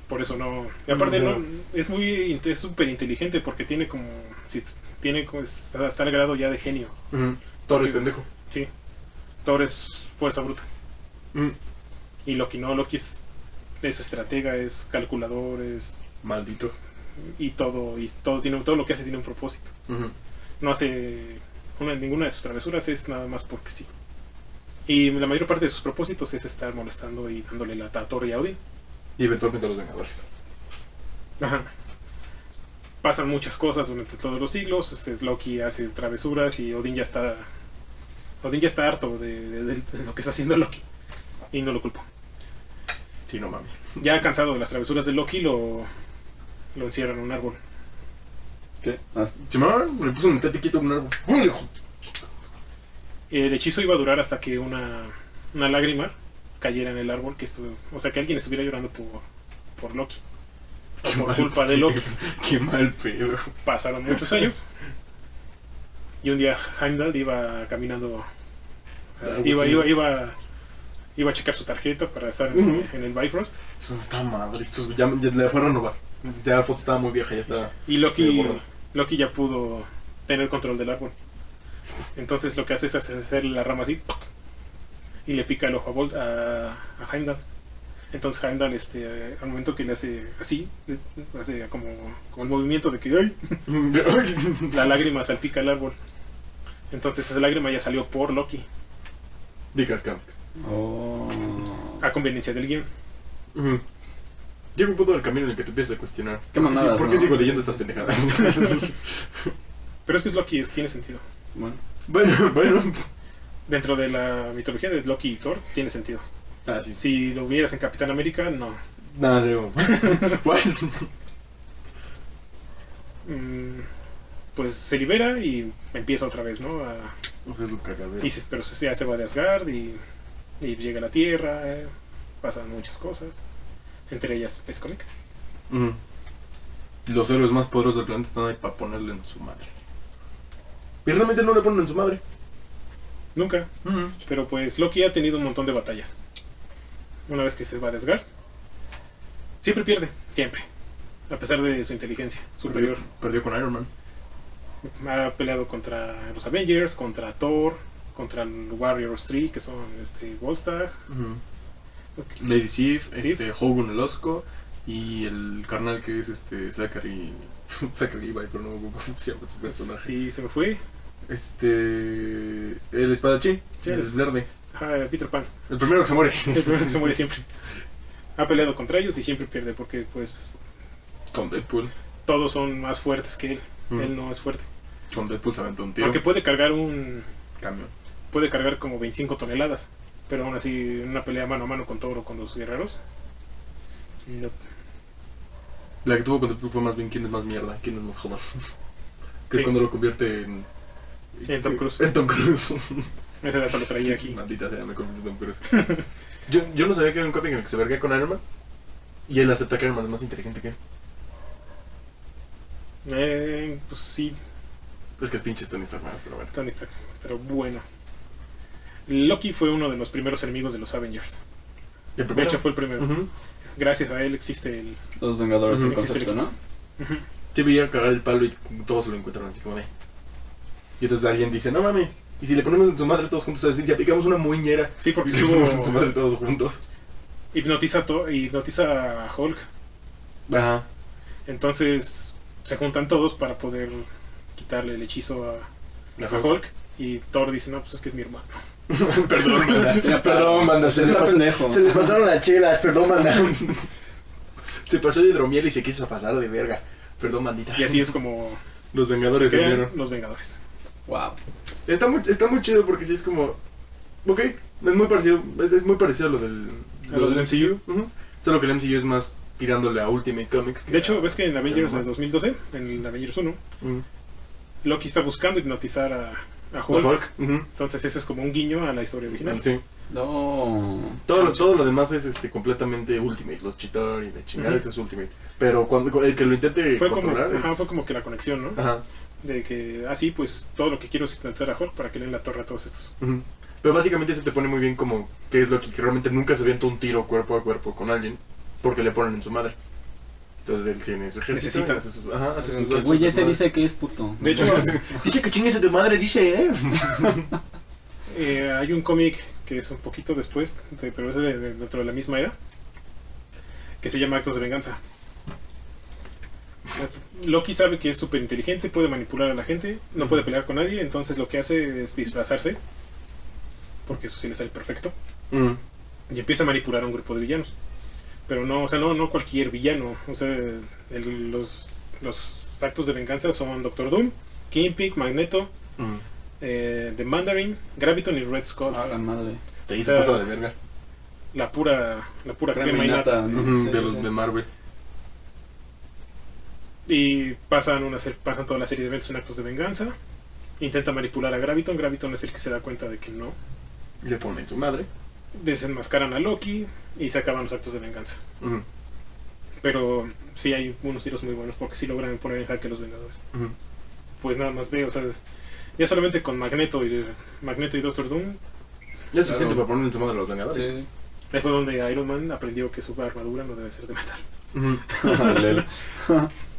[SPEAKER 3] Por eso no. Y aparte
[SPEAKER 2] Ujú.
[SPEAKER 3] no, es muy inte- es súper inteligente porque tiene como si t- tiene como está hasta el grado ya de genio.
[SPEAKER 2] Thor es pendejo.
[SPEAKER 3] Sí. Thor es fuerza bruta
[SPEAKER 2] Mm.
[SPEAKER 3] y Loki no, Loki es, es estratega, es calculador, es
[SPEAKER 2] Maldito.
[SPEAKER 3] y todo y todo tiene todo lo que hace tiene un propósito. No hace una, ninguna de sus travesuras es nada más porque sí. Y la mayor parte de sus propósitos es estar molestando y dándole la a Thor y a Odin.
[SPEAKER 2] Y eventualmente los Vengadores.
[SPEAKER 3] Ajá. Pasan muchas cosas durante todos los siglos. este, Loki hace travesuras y Odín ya está. Odín ya está harto de, de- de- de lo que está haciendo Loki. Y no lo culpo.
[SPEAKER 2] Sí, no mames.
[SPEAKER 3] Ya cansado de las travesuras de Loki, lo, lo encierran en un árbol.
[SPEAKER 1] ¿Qué? Ah,
[SPEAKER 2] Chimón le puso un tetiquito a un árbol. ¡Uy, hijo!
[SPEAKER 3] El hechizo iba a durar hasta que una, una lágrima cayera en el árbol. que estuvo, O sea, que alguien estuviera llorando por, por Loki. O
[SPEAKER 2] Qué
[SPEAKER 3] por
[SPEAKER 2] mal
[SPEAKER 3] culpa de
[SPEAKER 2] pedo.
[SPEAKER 3] Loki.
[SPEAKER 2] Qué mal pedo.
[SPEAKER 3] Pasaron muchos años. Y un día Heimdall iba caminando. eh, Iba, iba, iba, iba a checar su tarjeta para estar en,
[SPEAKER 2] Ujú.
[SPEAKER 3] en el Bifrost.
[SPEAKER 2] Puta madre, estos ya, ya le fue a renovar. Ya la foto estaba muy vieja, ya estaba.
[SPEAKER 3] Y
[SPEAKER 2] Medio
[SPEAKER 3] Loki,
[SPEAKER 2] gordo.
[SPEAKER 3] Loki ya pudo tener control del árbol. Entonces lo que hace es hacer la rama así. ¡poc! Y le pica el ojo a, Vol- a, a Heimdall. Entonces Heimdall, este, eh, al momento que le hace así, eh, hace como, como el movimiento de que ¡ay! la lágrima salpica el árbol. Entonces esa lágrima ya salió por Loki,
[SPEAKER 2] Dicas cómics.
[SPEAKER 1] Oh.
[SPEAKER 3] a conveniencia del guión.
[SPEAKER 2] Llega un punto del camino en el que te empiezas a cuestionar.
[SPEAKER 1] Qué
[SPEAKER 2] ¿Por sí-
[SPEAKER 1] mamadas,
[SPEAKER 2] ¿Por
[SPEAKER 1] ¿no?
[SPEAKER 2] qué sigo leyendo estas pendejadas?
[SPEAKER 3] Pero es que es Loki, es, tiene sentido.
[SPEAKER 1] Bueno.
[SPEAKER 2] bueno, bueno.
[SPEAKER 3] Dentro de la mitología de Loki y Thor, tiene sentido.
[SPEAKER 2] Ah, sí.
[SPEAKER 3] Si lo vieras en Capitán América, no.
[SPEAKER 2] Nada, Leo. Bueno.
[SPEAKER 3] Mm, pues se libera y empieza otra vez, ¿no? A-
[SPEAKER 2] Uf, es un cagadero.
[SPEAKER 3] y se- pero se, ya se va de Asgard y, y llega a la Tierra, eh, pasan muchas cosas. Entre ellas es cómica.
[SPEAKER 2] Ujú. Los héroes más poderosos del planeta están ahí para ponerle en su madre. Y realmente no le ponen en su madre.
[SPEAKER 3] Nunca. Pero pues Loki ha tenido un montón de batallas. Una vez que se va a Asgard, siempre pierde, siempre. A pesar de su inteligencia superior.
[SPEAKER 2] Perdió, perdió con Iron Man.
[SPEAKER 3] Ha peleado contra los Avengers, contra Thor, contra el Warriors 3, que son este, Volstagg.
[SPEAKER 2] Lady Sif,
[SPEAKER 3] Sif.
[SPEAKER 2] este Hogan el Osco y el carnal que es este Zachary. Zachary Levi, pero no me acuerdo cómo se llama su personaje.
[SPEAKER 3] Sí, se me fue.
[SPEAKER 2] Este. El espadachín,
[SPEAKER 3] Sí,
[SPEAKER 2] el
[SPEAKER 3] es-
[SPEAKER 2] verde.
[SPEAKER 3] Ajá, Peter Pan,
[SPEAKER 2] El primero que se muere.
[SPEAKER 3] el primero que se muere siempre. Ha peleado contra ellos y siempre pierde porque pues
[SPEAKER 2] Con Deadpool.
[SPEAKER 3] todos son más fuertes que él.
[SPEAKER 2] Mm.
[SPEAKER 3] Él no es fuerte.
[SPEAKER 2] Con Deadpool se aventó un tiro.
[SPEAKER 3] Porque puede cargar un
[SPEAKER 2] Camión.
[SPEAKER 3] puede cargar como 25 toneladas, pero aún así en una pelea mano a mano con Toro con los guerreros. No.
[SPEAKER 2] La que tuvo con Deadpool fue más bien quién es más mierda, quién es más joven. que
[SPEAKER 3] Sí.
[SPEAKER 2] es cuando lo convierte en.
[SPEAKER 3] En Tom Cruise.
[SPEAKER 2] En Tom Cruise.
[SPEAKER 3] Ese dato lo traía
[SPEAKER 2] Sí,
[SPEAKER 3] aquí.
[SPEAKER 2] Maldita sea, me convierte en Tom Cruise. yo, yo no sabía que había un cómic en el que se verguea con Iron Man. Y él acepta que Iron Man es más inteligente que él.
[SPEAKER 3] Eh, pues sí,
[SPEAKER 2] Es que es pinche Tony Stark, man, pero bueno.
[SPEAKER 3] Tony Stark, pero bueno. Loki fue uno de los primeros enemigos de los Avengers.
[SPEAKER 2] El
[SPEAKER 3] De
[SPEAKER 2] primero.
[SPEAKER 3] hecho fue el primero.
[SPEAKER 2] Ujú.
[SPEAKER 3] Gracias a él existe el
[SPEAKER 1] Los Vengadores,
[SPEAKER 2] Ujú.
[SPEAKER 1] el concepto, ¿no?
[SPEAKER 2] Sí, veía cagar el palo y todos lo encuentran así como de. Y entonces alguien dice: No mami, y si le ponemos en su madre todos juntos a decir, si aplicamos una muñera.
[SPEAKER 3] Sí, porque
[SPEAKER 2] Y le ponemos en su
[SPEAKER 3] estuvo
[SPEAKER 2] madre todos juntos.
[SPEAKER 3] hipnotiza a, To- hipnotiza a Hulk.
[SPEAKER 2] Ajá.
[SPEAKER 3] Entonces se juntan todos para poder quitarle el hechizo a, a Hulk. Y Thor dice, no, pues es que es mi hermano.
[SPEAKER 2] perdón, manda. Perdón, manda. Se,
[SPEAKER 1] Es
[SPEAKER 2] le
[SPEAKER 1] un
[SPEAKER 2] pasó-
[SPEAKER 1] pendejo.
[SPEAKER 2] se le pasaron las chelas. Perdón, manda. se pasó de hidromiel y se quiso pasar de verga. Perdón, mandita.
[SPEAKER 3] Y así es como
[SPEAKER 2] Los
[SPEAKER 3] se
[SPEAKER 2] Vengadores se
[SPEAKER 3] crean
[SPEAKER 2] unieron.
[SPEAKER 3] los Vengadores.
[SPEAKER 1] Wow.
[SPEAKER 2] Está muy, está muy chido porque sí es como. Ok, es muy parecido. Es, es muy parecido a lo del.
[SPEAKER 3] A lo del MCU.
[SPEAKER 2] Ujú. Solo que el MCU es más tirándole a Ultimate Comics. que
[SPEAKER 3] De
[SPEAKER 2] a-
[SPEAKER 3] hecho, ves que en Avengers
[SPEAKER 2] Ujú.
[SPEAKER 3] de 2012, en el Avengers 1,
[SPEAKER 2] Ujú.
[SPEAKER 3] Loki está buscando hipnotizar a, a
[SPEAKER 2] A
[SPEAKER 3] Hulk.
[SPEAKER 2] Hulk. Ujú.
[SPEAKER 3] Entonces ese es como un guiño a la historia original.
[SPEAKER 2] Sí.
[SPEAKER 1] No.
[SPEAKER 2] Todo, lo- todo lo demás es este, completamente Ultimate. Los cheatar y la chingada,
[SPEAKER 3] Ujú.
[SPEAKER 2] eso es Ultimate. Pero cuando, con el que lo intente
[SPEAKER 3] Fue como,
[SPEAKER 2] controlar.
[SPEAKER 3] ajá,
[SPEAKER 2] es- Ah.
[SPEAKER 3] fue como que la conexión, ¿no?
[SPEAKER 2] Ajá.
[SPEAKER 3] De que así, pues todo lo que quiero es hipnotizar a Hulk para que le den la torre a todos estos.
[SPEAKER 2] Ujú. Pero básicamente eso te pone muy bien como que es Loki, que realmente nunca se avienta un tiro cuerpo a cuerpo con alguien porque le ponen en su madre. Entonces él tiene su ejército.
[SPEAKER 3] Necesita.
[SPEAKER 2] hace sus- ajá, hace sus-
[SPEAKER 1] Que,
[SPEAKER 2] hace
[SPEAKER 1] Güey,
[SPEAKER 2] sus
[SPEAKER 1] ese
[SPEAKER 2] madres.
[SPEAKER 1] dice que es puto.
[SPEAKER 3] De hecho,
[SPEAKER 2] Dice que chingues a tu madre, dice, ¿eh?
[SPEAKER 3] eh, hay un cómic que es un poquito después, de- pero es de- de- dentro de la misma era, que se llama Actos de Venganza. Loki sabe que es súper inteligente, puede manipular a la gente, no puede pelear con nadie, entonces lo que hace es disfrazarse, porque eso sí le sale perfecto. y empieza a manipular a un grupo de villanos. Pero no, o sea, no, no cualquier villano. O sea, el- los, los actos de venganza son Doctor Doom, Kingpin, Magneto, eh, The Mandarin, Graviton y Red Skull.
[SPEAKER 1] A Ah, la madre.
[SPEAKER 2] Te
[SPEAKER 3] O
[SPEAKER 2] hice
[SPEAKER 3] sea,
[SPEAKER 2] pasar de verga.
[SPEAKER 3] La pura, la pura crema y nata.
[SPEAKER 1] Reminata,
[SPEAKER 2] Ujú,
[SPEAKER 1] ¿no? Sí,
[SPEAKER 2] de
[SPEAKER 1] sí,
[SPEAKER 2] los
[SPEAKER 1] sí.
[SPEAKER 2] de Marvel.
[SPEAKER 3] Y pasan una ser- pasan toda la serie de eventos en actos de venganza. Intenta manipular a Graviton. Graviton es el que se da cuenta de que no.
[SPEAKER 2] Le ponen su madre.
[SPEAKER 3] Desenmascaran a Loki y se acaban los actos de venganza.
[SPEAKER 2] Ujú,
[SPEAKER 3] Pero sí hay unos tiros muy buenos porque sí logran poner en jaque a los Vengadores.
[SPEAKER 2] ujú.
[SPEAKER 3] pues nada más ve, o sea, ya solamente con Magneto y Magneto y Doctor Doom,
[SPEAKER 2] Ya es suficiente
[SPEAKER 1] Claro.
[SPEAKER 2] para poner en su madre a los Vengadores.
[SPEAKER 1] Sí.
[SPEAKER 3] ahí fue donde Iron Man aprendió que su armadura no debe ser de metal.
[SPEAKER 2] Ujú. Lel.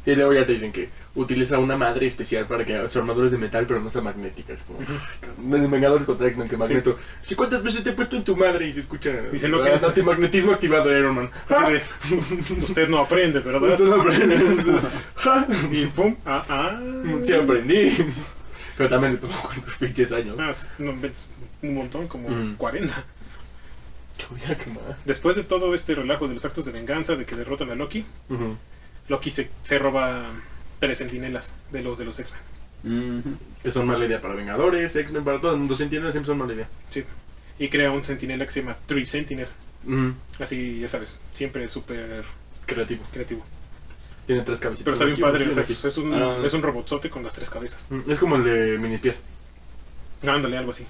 [SPEAKER 2] Sí, y luego ya te dicen que utiliza una madre especial para que su armadura es de metal, pero no sea magnética. Es como. En Vengadores contra X-Men, que Magneto. "Sí, ¿Cuántas veces te he puesto en tu madre? Y se escucha.
[SPEAKER 3] Dice, no,
[SPEAKER 2] "Ah,
[SPEAKER 3] que-
[SPEAKER 2] Antimagnetismo activado, Iron Man.
[SPEAKER 3] Así de, "Ah, usted no aprende, ¿verdad?
[SPEAKER 2] Esto no aprende. Ja.
[SPEAKER 3] Y pum, ah, ah.
[SPEAKER 2] Mm, Sí, aprendí. Pero también le tomó cuantos pinches años.
[SPEAKER 3] Ah, sí, no, ves, un montón, como
[SPEAKER 2] Mm.
[SPEAKER 3] 40.
[SPEAKER 2] Te voy a quemar.
[SPEAKER 3] Después de todo este relajo de los actos de venganza, de que derrotan a Loki, Loki se, se roba tres centinelas de los de los X-Men.
[SPEAKER 1] Ujú.
[SPEAKER 2] Que son mala idea para Vengadores, X-Men, para todo el mundo. Sentinels siempre son mala idea.
[SPEAKER 3] Y crea un centinela que se llama Three Sentinel.
[SPEAKER 2] Ujú.
[SPEAKER 3] Así, ya sabes, siempre es súper
[SPEAKER 2] Creativo.
[SPEAKER 3] creativo.
[SPEAKER 2] Tiene tres cabecitas.
[SPEAKER 3] Pero está bien
[SPEAKER 2] Aquí,
[SPEAKER 3] padre,
[SPEAKER 2] aquí,
[SPEAKER 3] o sea,
[SPEAKER 2] aquí.
[SPEAKER 3] es, es un,
[SPEAKER 1] Ah.
[SPEAKER 3] es un robotzote con las tres cabezas.
[SPEAKER 2] Mm, Es como el de Minispies.
[SPEAKER 3] Ándale, algo así.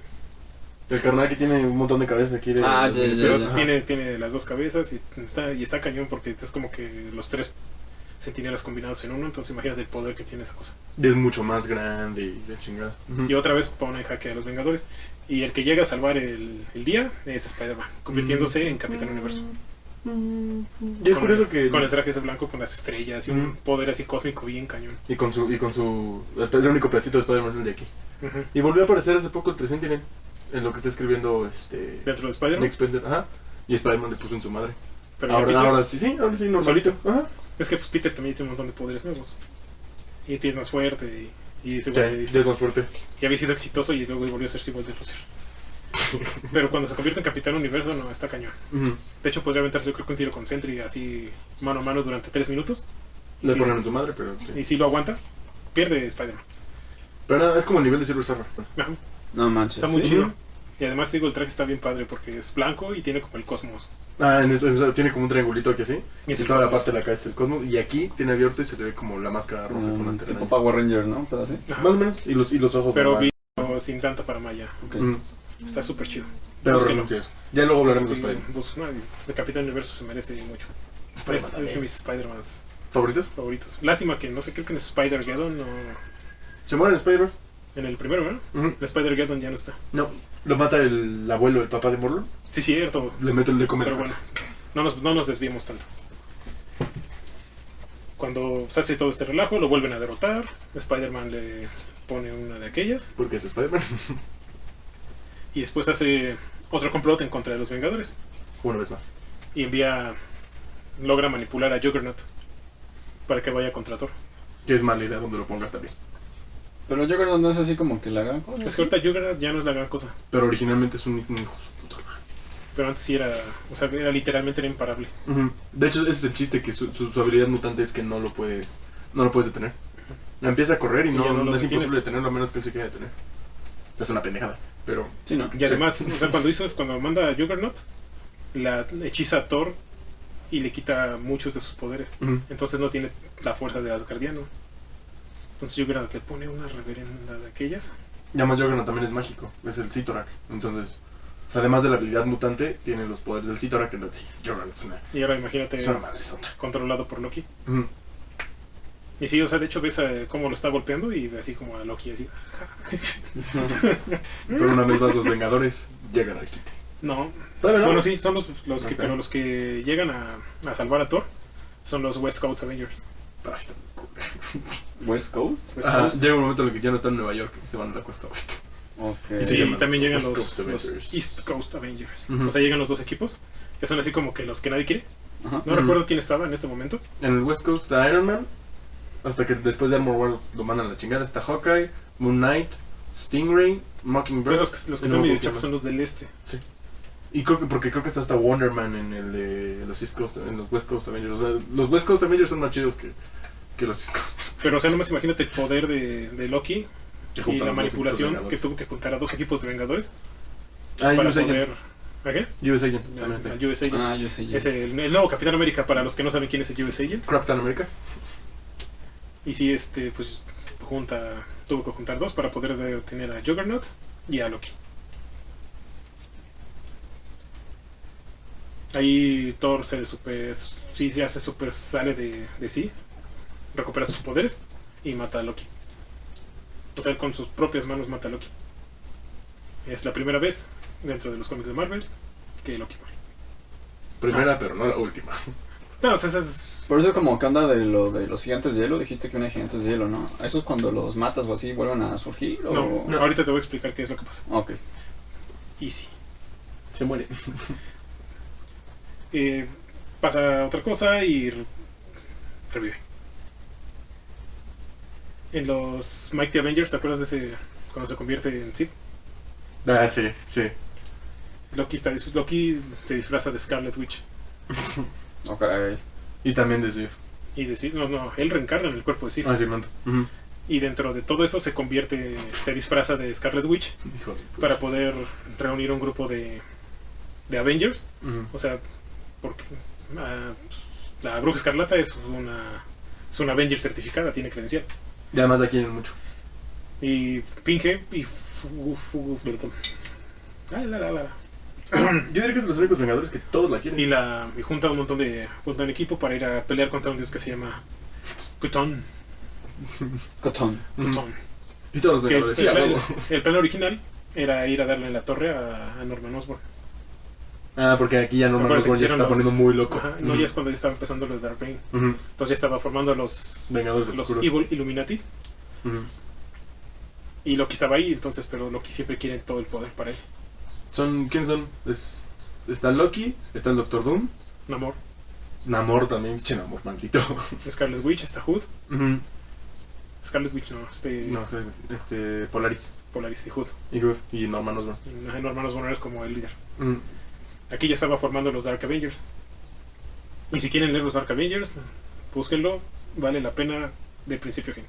[SPEAKER 2] El carnal que tiene un montón de cabezas aquí. De,
[SPEAKER 1] Ah,
[SPEAKER 2] de
[SPEAKER 1] ya,
[SPEAKER 2] Minispies.
[SPEAKER 1] ya,
[SPEAKER 3] Pero
[SPEAKER 1] ya.
[SPEAKER 2] Ajá.
[SPEAKER 3] tiene, tiene las dos cabezas y está, y está cañón porque es como que los tres centinelas combinados en uno, entonces imagínate el poder que tiene esa cosa.
[SPEAKER 2] Y Es mucho más grande y de chingada. Ujú.
[SPEAKER 3] Y otra vez pone en jaque a los Vengadores. Y el que llega a salvar el, el día es Spider-Man, convirtiéndose en Capitán Universo.
[SPEAKER 2] Y es
[SPEAKER 3] Con
[SPEAKER 2] curioso
[SPEAKER 3] el-
[SPEAKER 2] que.
[SPEAKER 3] Con el traje ese blanco, con las estrellas y un
[SPEAKER 2] Ujú.
[SPEAKER 3] poder así cósmico bien cañón.
[SPEAKER 2] Y con su. Y con su el único pedacito de Spider-Man es el de aquí.
[SPEAKER 3] Ujú.
[SPEAKER 2] Y volvió a aparecer hace poco el 3 Sentinel. En lo que está escribiendo este.
[SPEAKER 3] Dentro de Spider-Man,
[SPEAKER 2] Nick Spencer, ajá. Y Spider-Man le puso en su madre.
[SPEAKER 3] pero ya
[SPEAKER 2] ahora,
[SPEAKER 3] Peter-
[SPEAKER 2] ahora sí, sí, ahora sí, normalito. Ajá.
[SPEAKER 3] es que pues, Peter también tiene un montón de poderes nuevos. Y es más fuerte y, y se
[SPEAKER 2] Ya,
[SPEAKER 3] vuelve-
[SPEAKER 2] ya es más fuerte.
[SPEAKER 3] y había sido exitoso y luego volvió a ser igual de Lucifer. Pero cuando se convierte en Capitán Universo, no, está cañón.
[SPEAKER 2] Ujú.
[SPEAKER 3] De hecho, podría aventarse yo creo que un tiro con Sentry así mano a mano durante tres minutos.
[SPEAKER 2] No es
[SPEAKER 3] Sí,
[SPEAKER 2] ponerme
[SPEAKER 3] sí.
[SPEAKER 2] su madre, pero. sí.
[SPEAKER 3] Y si lo aguanta, pierde Spider-Man.
[SPEAKER 2] Pero nada, es como el nivel de Silver Surfer.
[SPEAKER 3] Ajá,
[SPEAKER 1] No manches.
[SPEAKER 3] Está muy
[SPEAKER 1] sí.
[SPEAKER 3] chido. Y además te digo, el traje está bien padre porque es blanco y tiene como el cosmos.
[SPEAKER 2] Ah, en este- en este- tiene como un triangulito aquí así.
[SPEAKER 3] Y
[SPEAKER 2] Y
[SPEAKER 3] es el
[SPEAKER 2] toda la
[SPEAKER 3] cosmos.
[SPEAKER 2] parte de la cabeza es el cosmos. Y aquí tiene abierto y se le ve como la máscara roja con
[SPEAKER 1] Um,
[SPEAKER 2] anteras.
[SPEAKER 1] tipo Power Ranger, ¿no? Pero sí.
[SPEAKER 3] Ajá.
[SPEAKER 2] Más o menos. Y los, y los ojos.
[SPEAKER 3] Pero
[SPEAKER 2] normal.
[SPEAKER 3] vi no, sin tanta faramaya.
[SPEAKER 1] Ok.
[SPEAKER 2] Mm,
[SPEAKER 3] Está súper chido.
[SPEAKER 2] Pero
[SPEAKER 3] Búsquenlo.
[SPEAKER 2] renuncio a eso. Ya luego hablaremos
[SPEAKER 3] Sí,
[SPEAKER 2] de Spider-Man.
[SPEAKER 3] pues, no, el Capitán Universo se merece mucho. Es,
[SPEAKER 2] Spider-Man,
[SPEAKER 3] es
[SPEAKER 2] eh.
[SPEAKER 3] de mis Spider-Mans
[SPEAKER 2] ¿Favoritos?
[SPEAKER 3] favoritos. Lástima que no sé, creo que en Spider-Geddon no.
[SPEAKER 2] ¿Se mueren spider
[SPEAKER 3] En el primero, ¿verdad?
[SPEAKER 2] man
[SPEAKER 3] En Spider-Geddon ya no está.
[SPEAKER 2] No. Lo mata el abuelo, el papá de Morlo.
[SPEAKER 3] Sí, cierto.
[SPEAKER 2] Le mete el comer.
[SPEAKER 3] Pero bueno, no nos, no nos desviemos tanto. Cuando se hace todo este relajo, lo vuelven a derrotar. Spider-Man le pone una de aquellas.
[SPEAKER 2] Porque es Spider-Man.
[SPEAKER 3] Y después hace otro complot en contra de los Vengadores.
[SPEAKER 2] Una vez más.
[SPEAKER 3] Y envía. Logra manipular a Juggernaut para que vaya contra Thor.
[SPEAKER 2] Que es mala idea donde lo pongas también.
[SPEAKER 1] Pero yo creo que no es así como que la gran cosa.
[SPEAKER 3] Es que ahorita Juggernaut ya no es la gran cosa.
[SPEAKER 2] Pero originalmente es un, un hijo de su puta madre.
[SPEAKER 3] Pero antes sí era. O sea, era literalmente era imparable.
[SPEAKER 2] Ujú. De hecho, ese es el chiste, que su, su- su habilidad mutante es que no lo puedes no lo puedes detener. La empieza a correr y
[SPEAKER 3] Y
[SPEAKER 2] no,
[SPEAKER 3] ya no lo
[SPEAKER 2] no es
[SPEAKER 3] detienes.
[SPEAKER 2] imposible detenerlo a menos que él se quiera detener. O sea, es una pendejada, pero...
[SPEAKER 1] Sí, no.
[SPEAKER 3] Y además, o sea, cuando hizo es cuando manda a Juggernaut, la hechiza a Thor y le quita muchos de sus poderes.
[SPEAKER 2] ujú.
[SPEAKER 3] Entonces no tiene la fuerza del Asgardiano. Entonces Juggernaut le pone una reverenda de aquellas.
[SPEAKER 2] Y además Juggernaut también es mágico, es el Citorak. Entonces, o sea, además de la habilidad mutante, tiene los poderes del Citorak. Entonces, sí, Juggernaut es una,
[SPEAKER 3] Y ahora imagínate
[SPEAKER 2] es una madre santa.
[SPEAKER 3] controlado por Loki. Y sí, o sea, de hecho ves eh, cómo lo está golpeando y ve así como a Loki así.
[SPEAKER 2] Pero una vez más, los Vengadores llegan al quite.
[SPEAKER 3] No.
[SPEAKER 2] ¿Todavía no?
[SPEAKER 3] Bueno, sí, son los, los que,
[SPEAKER 2] Ok.
[SPEAKER 3] pero los que llegan a, a salvar a Thor son los West Coast Avengers.
[SPEAKER 2] Ay, está-
[SPEAKER 1] West Coast.
[SPEAKER 3] West
[SPEAKER 2] Ajá,
[SPEAKER 3] Coast.
[SPEAKER 2] llega un momento en el que ya no están en Nueva York, se van a la costa oeste.
[SPEAKER 1] Ok.
[SPEAKER 2] se
[SPEAKER 3] Y sí,
[SPEAKER 2] llaman
[SPEAKER 3] también llegan
[SPEAKER 2] West
[SPEAKER 3] los,
[SPEAKER 2] Coast
[SPEAKER 3] los
[SPEAKER 2] Avengers.
[SPEAKER 3] East Coast Avengers.
[SPEAKER 2] Ujú.
[SPEAKER 3] O sea, llegan los dos equipos, que son así como que los que nadie quiere.
[SPEAKER 1] Ajá.
[SPEAKER 3] No
[SPEAKER 2] Ujú.
[SPEAKER 3] recuerdo quién estaba en este momento.
[SPEAKER 2] En el West Coast está Iron Man. Hasta que después de Armor Wars lo mandan a la chingada. Está Hawkeye, Moon Knight, Stingray, Mockingbird.
[SPEAKER 3] Entonces, los que, los que
[SPEAKER 2] y no
[SPEAKER 3] están
[SPEAKER 2] me
[SPEAKER 3] medio
[SPEAKER 2] acuerdo quién
[SPEAKER 3] chafos son los del este.
[SPEAKER 2] más. Y creo que, porque creo que está hasta Wonder Man en el de los East Coast, en los West Coast Avengers. O sea, los West Coast Avengers son más chidos que, que los East Coast.
[SPEAKER 3] Pero, o sea, nomás imagínate el poder de, de Loki
[SPEAKER 2] Que
[SPEAKER 3] y
[SPEAKER 2] juntan
[SPEAKER 3] la
[SPEAKER 2] los
[SPEAKER 3] manipulación
[SPEAKER 2] equipos
[SPEAKER 3] que
[SPEAKER 2] Vengadores.
[SPEAKER 3] tuvo que juntar a dos equipos de Vengadores
[SPEAKER 2] Ah,
[SPEAKER 3] para
[SPEAKER 2] US
[SPEAKER 3] poder.
[SPEAKER 2] Agent.
[SPEAKER 3] ¿A qué?
[SPEAKER 2] US Agent.
[SPEAKER 3] Al-
[SPEAKER 2] También está.
[SPEAKER 3] al US Agent.
[SPEAKER 1] Ah, yo sé. ya.
[SPEAKER 3] Es el, el nuevo Capitán América para los que no saben quién es el US Agent.
[SPEAKER 2] Captain America.
[SPEAKER 3] Y sí, este, pues junta, tuvo que juntar dos para poder de- tener a Juggernaut y a Loki. Ahí Thor se super, sí se hace super, sale de, de sí, recupera sus poderes y mata a Loki. O sea, él con sus propias manos mata a Loki. Es la primera vez dentro de los cómics de Marvel que Loki muere. Ah.
[SPEAKER 2] Primera, pero no la última.
[SPEAKER 3] No, o sea, esa es-
[SPEAKER 1] Por eso es como que anda de lo de los gigantes de hielo. Dijiste que una gigante de hielo, ¿no? ¿Eso es cuando los matas o así vuelven a surgir? O...
[SPEAKER 3] no, ahorita te voy a explicar qué es lo que pasa.
[SPEAKER 1] Ok.
[SPEAKER 3] Y sí.
[SPEAKER 2] Se muere.
[SPEAKER 3] eh, pasa otra cosa y re- revive. En los Mighty Avengers, ¿te acuerdas de ese cuando se convierte en Sid?
[SPEAKER 2] Ah, sí, sí.
[SPEAKER 3] Loki, está, dis- Loki se disfraza de Scarlet Witch
[SPEAKER 1] Ok.
[SPEAKER 2] Y también de Sif.
[SPEAKER 3] y de Sif, no, no, él reencarna en el cuerpo de Sif
[SPEAKER 2] Ah, sí, manda. Ujú.
[SPEAKER 3] y dentro de todo eso se convierte, se disfraza de Scarlet Witch
[SPEAKER 2] Hijo de puta.
[SPEAKER 3] para poder reunir un grupo de, de Avengers,
[SPEAKER 2] Ujú.
[SPEAKER 3] o sea, porque ah, la Bruja Escarlata es una es una Avenger certificada, tiene credencial.
[SPEAKER 2] Y además la quieren mucho.
[SPEAKER 3] Y finge y fu- fu- perdón. Ay, la, la, la.
[SPEAKER 2] Yo diría que es de los únicos Vengadores que todos la quieren.
[SPEAKER 3] Mm. Y la y junta un montón de junta un equipo para ir a pelear contra un dios que se llama Cthon,
[SPEAKER 1] Cotón.
[SPEAKER 2] Ujú.
[SPEAKER 3] Cthon.
[SPEAKER 2] Y todos los
[SPEAKER 3] Que el,
[SPEAKER 2] Vengadores. sí, a
[SPEAKER 3] el plan,
[SPEAKER 2] huevo.
[SPEAKER 3] el plan original era ir a darle en la torre a, a Norman Osborn.
[SPEAKER 2] Ah, porque aquí ya Norman
[SPEAKER 3] Acuérdate que
[SPEAKER 2] Osborn ya se
[SPEAKER 3] hicieron
[SPEAKER 2] está
[SPEAKER 3] los-
[SPEAKER 2] poniendo muy loco.
[SPEAKER 3] Ajá, No, ya es cuando ya estaba empezando los Dark Reign.
[SPEAKER 2] Ujú.
[SPEAKER 3] Entonces ya estaba formando a los
[SPEAKER 2] Vengadores
[SPEAKER 3] los
[SPEAKER 2] Oscuros.
[SPEAKER 3] Evil Illuminatis
[SPEAKER 2] Ujú.
[SPEAKER 3] y Loki estaba ahí, entonces pero Loki siempre quiere todo el poder para él.
[SPEAKER 2] Son, ¿Quiénes son? Es, está Loki, está el Doctor Doom,
[SPEAKER 3] Namor,
[SPEAKER 2] Namor también, che Namor, maldito.
[SPEAKER 3] Scarlet Witch, está Hood,
[SPEAKER 2] Ujú.
[SPEAKER 3] Scarlet Wich no, este
[SPEAKER 2] No, espérame, este, Polaris.
[SPEAKER 3] Polaris y Hood.
[SPEAKER 2] Y, Hood, y Norman Osborn.
[SPEAKER 3] Ajá, No, hermanos Warner es como el líder.
[SPEAKER 2] Mm.
[SPEAKER 3] Aquí ya estaba formando los Dark Avengers. Y si quieren leer los Dark Avengers, búsquenlo. Vale la pena de principio a fin.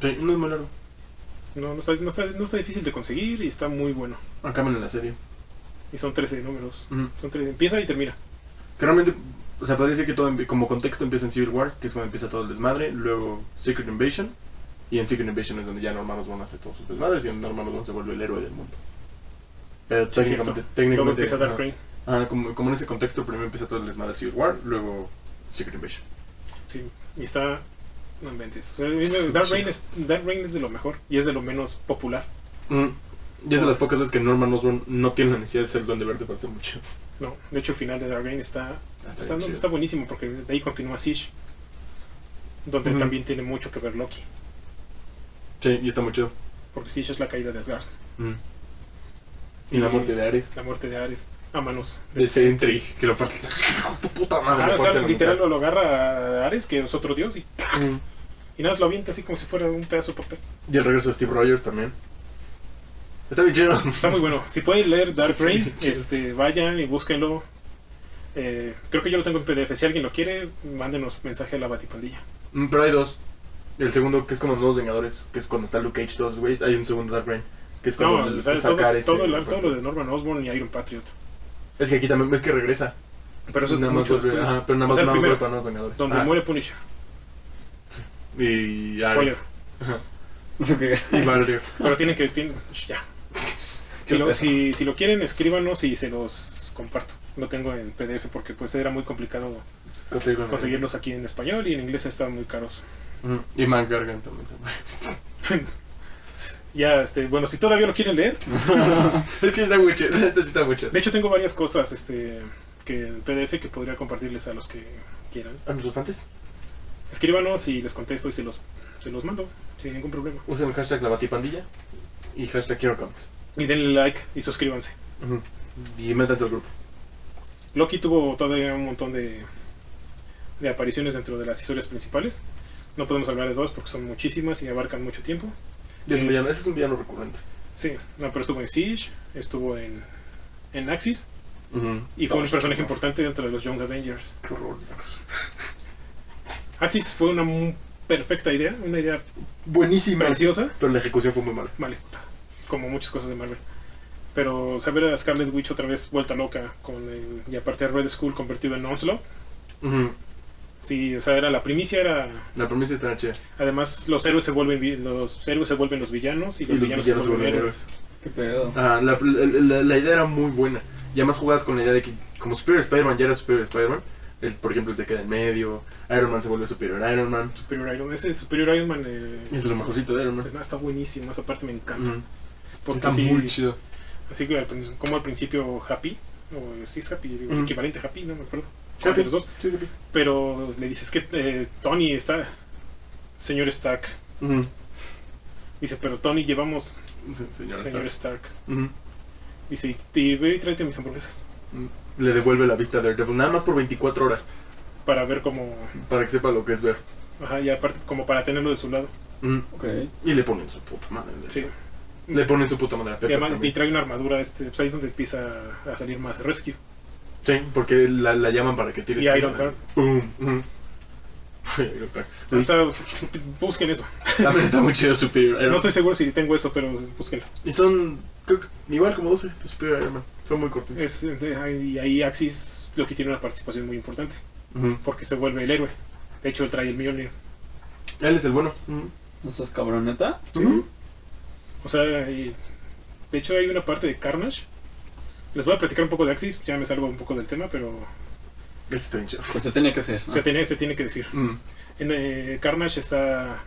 [SPEAKER 2] Sí, no es muy largo.
[SPEAKER 3] No, no, está, no, está, no está difícil de conseguir y está muy bueno.
[SPEAKER 2] Acaban en la serie.
[SPEAKER 3] Y son 13 números.
[SPEAKER 2] Mm.
[SPEAKER 3] Son 13. Empieza y termina.
[SPEAKER 2] Que realmente, o sea, podría decir que todo, empie- como contexto, empieza en Civil War, que es cuando empieza todo el desmadre, luego Secret Invasion, y en Secret Invasion es donde ya Norman Osborn hace todos sus desmadres, y Norman Osborn se vuelve el héroe del mundo. Pero
[SPEAKER 3] Sí, es
[SPEAKER 2] técnicamente,
[SPEAKER 3] cierto.
[SPEAKER 2] técnicamente...
[SPEAKER 3] Luego empieza Dark
[SPEAKER 2] ajá.
[SPEAKER 3] Reign.
[SPEAKER 2] Ah, como, como en ese contexto, primero empieza todo el desmadre de Civil War, luego Secret Invasion.
[SPEAKER 3] Sí, y está. No inventes. O sea, es- Dark, Reign es, Dark Reign es de lo mejor y es de lo menos popular. Mm.
[SPEAKER 2] Y es de las pocas veces que Norman Osborn no tiene la necesidad de ser el duende verde para hacer mucho.
[SPEAKER 3] No, de hecho, el final de Dark Reign está, está,
[SPEAKER 2] bien chido.
[SPEAKER 3] está buenísimo porque de ahí continúa Siege, donde
[SPEAKER 2] Ujú.
[SPEAKER 3] también tiene mucho que ver Loki,
[SPEAKER 2] Sí, y está muy chido. Mm.
[SPEAKER 3] porque Siege es la caída de Asgard,
[SPEAKER 2] Y la muerte de Ares.
[SPEAKER 3] la muerte de Ares a manos de
[SPEAKER 2] De Sentry, que lo parte. ¡Tu puta madre!
[SPEAKER 3] Ah,
[SPEAKER 2] lo
[SPEAKER 3] o sea,
[SPEAKER 2] parte a la
[SPEAKER 3] literal
[SPEAKER 2] mitad.
[SPEAKER 3] lo agarra a Ares, que es otro dios, y,
[SPEAKER 2] Ujú.
[SPEAKER 3] y nada más lo avienta así como si fuera un pedazo de papel.
[SPEAKER 2] Mm. Y el regreso de Steve Rogers también. Está bien chido.
[SPEAKER 3] Está muy bueno. Si pueden leer Dark
[SPEAKER 2] Sí, sí,
[SPEAKER 3] Reign,
[SPEAKER 2] chido.
[SPEAKER 3] este, vayan y búsquenlo. Eh, creo que yo lo tengo en PDF. Si alguien lo quiere, mándenos mensaje a la Batipandilla.
[SPEAKER 2] Mm, Pero hay dos. El segundo, que es como los nuevos Vengadores, que es cuando está Luke Cage, todos esos güeyes. Hay un segundo Dark Reign, que es cuando
[SPEAKER 3] No,
[SPEAKER 2] el-
[SPEAKER 3] o sea, todo,
[SPEAKER 2] sacar ese-
[SPEAKER 3] todo el- todo lo de Norman Osborn y Iron Patriot.
[SPEAKER 2] Es que aquí también es que regresa.
[SPEAKER 3] Pero eso es
[SPEAKER 2] nada más
[SPEAKER 3] mucho
[SPEAKER 2] vuelve-
[SPEAKER 3] después.
[SPEAKER 2] ajá, pero nada
[SPEAKER 3] O
[SPEAKER 2] más
[SPEAKER 3] sea, el
[SPEAKER 2] nada más
[SPEAKER 3] primero,
[SPEAKER 2] vuelve para los Vengadores.
[SPEAKER 3] Donde
[SPEAKER 2] Ah,
[SPEAKER 3] muere Punisher.
[SPEAKER 2] Y
[SPEAKER 3] Spoiler.
[SPEAKER 2] Ares. Y Barrier.
[SPEAKER 3] Pero tienen que. tienen- Shh, ya. Si lo, si, si lo quieren, escríbanos y se los comparto. Lo tengo en PDF porque pues era muy complicado
[SPEAKER 2] Conseguirlo.
[SPEAKER 3] conseguirlos aquí en español y en inglés estaban muy caros.
[SPEAKER 2] Ujú. Y Mark Gargan también. se muere.
[SPEAKER 3] Ya, este, bueno, si todavía lo quieren leer,
[SPEAKER 2] es que está muy chido. la neta sí está muy chido.
[SPEAKER 3] De hecho, tengo varias cosas este, que en PDF que podría compartirles a los que quieran.
[SPEAKER 2] A nuestros fans,
[SPEAKER 3] Escríbanos y les contesto y se los, se los mando sin ningún problema.
[SPEAKER 2] usen el hashtag la batipandilla y hashtag Hero Comics.
[SPEAKER 3] Y denle like y suscríbanse.
[SPEAKER 2] Ujú. Y métanse al grupo.
[SPEAKER 3] Loki tuvo todavía un montón de, de apariciones dentro de las historias principales. No podemos hablar de todas porque son muchísimas y abarcan mucho tiempo.
[SPEAKER 2] Y es un
[SPEAKER 3] Es-
[SPEAKER 2] villano- ese es un villano recurrente.
[SPEAKER 3] Sí, no, pero estuvo en Siege, estuvo en, en Axis y fue un personaje importante dentro de los Young Avengers.
[SPEAKER 2] Qué horror.
[SPEAKER 3] Axis fue una mu- perfecta idea, una idea
[SPEAKER 2] Buenísima.
[SPEAKER 3] preciosa.
[SPEAKER 2] Pero la ejecución fue muy mala.
[SPEAKER 3] mal ejecutada, como muchas cosas de Marvel. Pero saber a Scarlet Witch otra vez vuelta loca con el- y aparte a Red Skull convertido en Onslaught, sí, o sea, era la primicia era
[SPEAKER 2] La premisa está chida.
[SPEAKER 3] además los héroes se vuelven vi- los héroes se vuelven los villanos y los, villanos, se vuelven héroes.
[SPEAKER 1] Qué pedo.
[SPEAKER 2] Ajá, la, la- la- la idea era muy buena. Y además jugabas con la idea de que, como Superior Spider-Man ya era Superior Spider-Man, él, por ejemplo, se queda en medio. Iron Man se vuelve Superior Iron Man.
[SPEAKER 3] Superior Iron ese Superior Iron Man eh,
[SPEAKER 2] Es lo mejorcito de Iron Man.
[SPEAKER 3] pues, nada, está buenísimo, esa parte me encanta.
[SPEAKER 2] Ujú.
[SPEAKER 3] Porque
[SPEAKER 2] Pues Está
[SPEAKER 3] así,
[SPEAKER 2] muy chido.
[SPEAKER 3] así que al prin- como al principio Happy, o sí es Happy, digo,
[SPEAKER 2] Ujú.
[SPEAKER 3] equivalente a Mm. Happy, no me acuerdo. ¿Cuál
[SPEAKER 2] Happy.
[SPEAKER 3] de los dos? Pero le dices que eh, Tony está, señor Stark.
[SPEAKER 2] Ujú.
[SPEAKER 3] Dice, pero Tony, llevamos
[SPEAKER 2] Sí, Señor.
[SPEAKER 3] Señor Stark.
[SPEAKER 2] Ujú.
[SPEAKER 3] Dice, "Y ve y tráete mis hamburguesas.
[SPEAKER 2] Le devuelve la vista a Daredevil, nada más por 24 horas,
[SPEAKER 3] Para ver cómo.
[SPEAKER 2] para que sepa lo que es ver.
[SPEAKER 3] Ajá, y aparte, como para tenerlo de su lado.
[SPEAKER 2] Ujú.
[SPEAKER 1] Ok.
[SPEAKER 2] Y le ponen su puta madre.
[SPEAKER 3] Sí.
[SPEAKER 2] Le ponen su puta madre a
[SPEAKER 3] Y
[SPEAKER 2] Pepper
[SPEAKER 3] además, y
[SPEAKER 2] también.
[SPEAKER 3] trae una armadura. Este, pues ahí es donde empieza a salir más Rescue.
[SPEAKER 2] Sí, porque la, la llaman para que tire. Uh,
[SPEAKER 3] Y Ironheart.
[SPEAKER 2] Boom. Ujú. Ironheart.
[SPEAKER 3] Hasta, busquen eso.
[SPEAKER 2] También está muy chido Superior Iron
[SPEAKER 3] No
[SPEAKER 2] Man.
[SPEAKER 3] estoy seguro si tengo eso, pero búsquenlo.
[SPEAKER 2] Y son, creo que igual como 12 de Superior Iron Man. Son muy cortitos.
[SPEAKER 3] Es, de- y ahí Axis lo que tiene una participación muy importante.
[SPEAKER 2] Ujú.
[SPEAKER 3] Porque se vuelve el héroe. De hecho, él trae el millón.
[SPEAKER 2] Él es el bueno. Ujú.
[SPEAKER 1] ¿No estás cabrón, neta?
[SPEAKER 2] Ujú.
[SPEAKER 3] O sea, y- de hecho hay una parte de Carnage. Les voy a platicar un poco de Axis. Ya me salgo un poco del tema, pero
[SPEAKER 2] Ese está bien chido.
[SPEAKER 1] Pues se tenía que hacer. ¿no?
[SPEAKER 3] se, tiene, se tiene que decir.
[SPEAKER 2] Ujú.
[SPEAKER 3] En, eh, Carnage está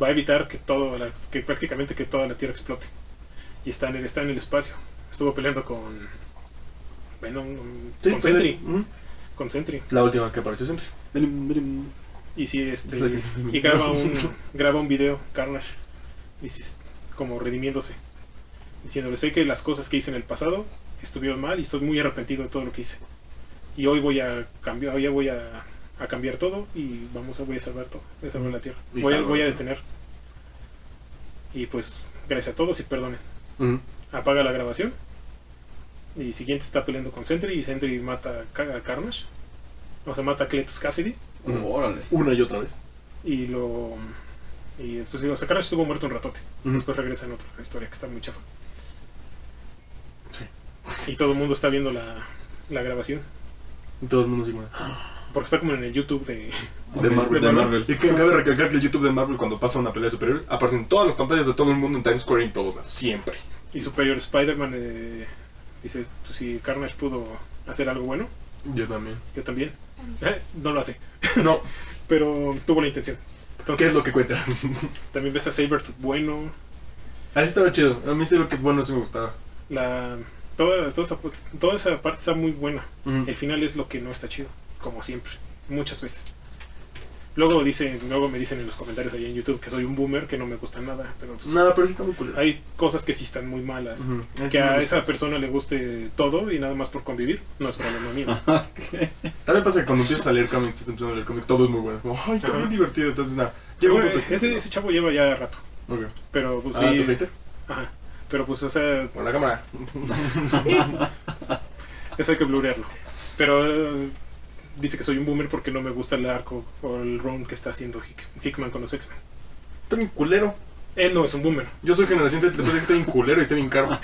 [SPEAKER 3] va a evitar que todo la- que prácticamente que toda la Tierra explote y está en el está en el espacio estuvo peleando con Venom
[SPEAKER 2] Sí,
[SPEAKER 3] con
[SPEAKER 2] pues,
[SPEAKER 3] Sentry
[SPEAKER 2] ujú.
[SPEAKER 3] con Sentry
[SPEAKER 2] La última vez que apareció Sentry.
[SPEAKER 1] Brim, brim.
[SPEAKER 3] y sí este
[SPEAKER 2] Es la que-
[SPEAKER 3] y graba un graba un video Carnage y sí, como redimiéndose diciéndole sé que las cosas que hice en el pasado estuvieron mal y estoy muy arrepentido de todo lo que hice y hoy voy a cambiar hoy voy a, a cambiar todo y vamos a voy a salvar todo voy a salvar la tierra
[SPEAKER 2] Mm. Y
[SPEAKER 3] voy a,
[SPEAKER 2] salva,
[SPEAKER 3] voy a
[SPEAKER 2] ¿no?
[SPEAKER 3] detener y pues Gracias a todos y perdonen.
[SPEAKER 2] Ujú.
[SPEAKER 3] Apaga la grabación. Y siguiente está peleando con Sentry y Sentry mata a Ca- a Carnage. O sea, mata a Cletus Cassidy.
[SPEAKER 2] Ujú.
[SPEAKER 1] Órale.
[SPEAKER 2] Una y otra vez.
[SPEAKER 3] Y lo. Y después digo, o sea, Carnage estuvo muerto un ratote.
[SPEAKER 2] Ujú.
[SPEAKER 3] Después regresa en otra historia que está muy chafa.
[SPEAKER 2] Sí.
[SPEAKER 3] Y todo el mundo está viendo la, la grabación.
[SPEAKER 2] Y Todo el mundo se muere.
[SPEAKER 3] Porque está como en el YouTube de.
[SPEAKER 1] Ok,
[SPEAKER 2] De Marvel.
[SPEAKER 1] de
[SPEAKER 2] Y que cabe recalcar que el YouTube de Marvel cuando pasa una pelea de superhéroes aparecen todas las pantallas de todo el mundo en Times Square y en todos lados. Siempre.
[SPEAKER 3] Y Superior Spider-Man eh, dice: pues, si Carnage pudo hacer algo bueno,
[SPEAKER 2] Yo también.
[SPEAKER 3] yo también. Eh, no lo hace,
[SPEAKER 2] No,
[SPEAKER 3] pero tuvo la intención.
[SPEAKER 2] ¿qué
[SPEAKER 3] Entonces,
[SPEAKER 2] es lo que cuenta?
[SPEAKER 3] también ves a Sabretooth bueno.
[SPEAKER 2] Así Ah, estaba chido. A mí se ve que es bueno, sí me gustaba.
[SPEAKER 3] La, toda, toda, esa, toda esa parte está muy buena.
[SPEAKER 2] Ujú.
[SPEAKER 3] El final es lo que no está chido, como siempre, muchas veces. Luego, dicen, luego me dicen en los comentarios ahí en YouTube que soy un boomer, que no me gusta nada, pero pues,
[SPEAKER 2] No, pero sí está muy cool.
[SPEAKER 3] hay cosas que sí están muy malas.
[SPEAKER 2] Ujú. Ese
[SPEAKER 3] Que
[SPEAKER 2] me
[SPEAKER 3] a
[SPEAKER 2] gusta.
[SPEAKER 3] esa persona le guste todo y nada más por convivir, no es problema mío.
[SPEAKER 2] Ah. También pasa que cuando empiezas a leer cómics, estás empezando a leer cómics, todo es muy bueno. Como, ay, qué
[SPEAKER 3] Ajá.
[SPEAKER 2] bien divertido. Entonces, nada.
[SPEAKER 3] Pero,
[SPEAKER 2] Llevo un
[SPEAKER 3] eh,
[SPEAKER 2] punto. que-
[SPEAKER 3] ese, ese chavo lleva ya rato,
[SPEAKER 2] Ok.
[SPEAKER 3] pero pues
[SPEAKER 2] Ah,
[SPEAKER 3] sí.
[SPEAKER 2] ¿tu hater?
[SPEAKER 3] ajá. Pero pues, o sea,
[SPEAKER 2] Con la cámara.
[SPEAKER 3] eso hay que blurearlo. Pero eh, dice que soy un boomer porque no me gusta el arco o el round que está haciendo Hick- Hickman con los X-Men.
[SPEAKER 2] Está bien culero.
[SPEAKER 3] Él no es un boomer.
[SPEAKER 2] Yo soy generación Z, te parece que está bien culero y está bien caro.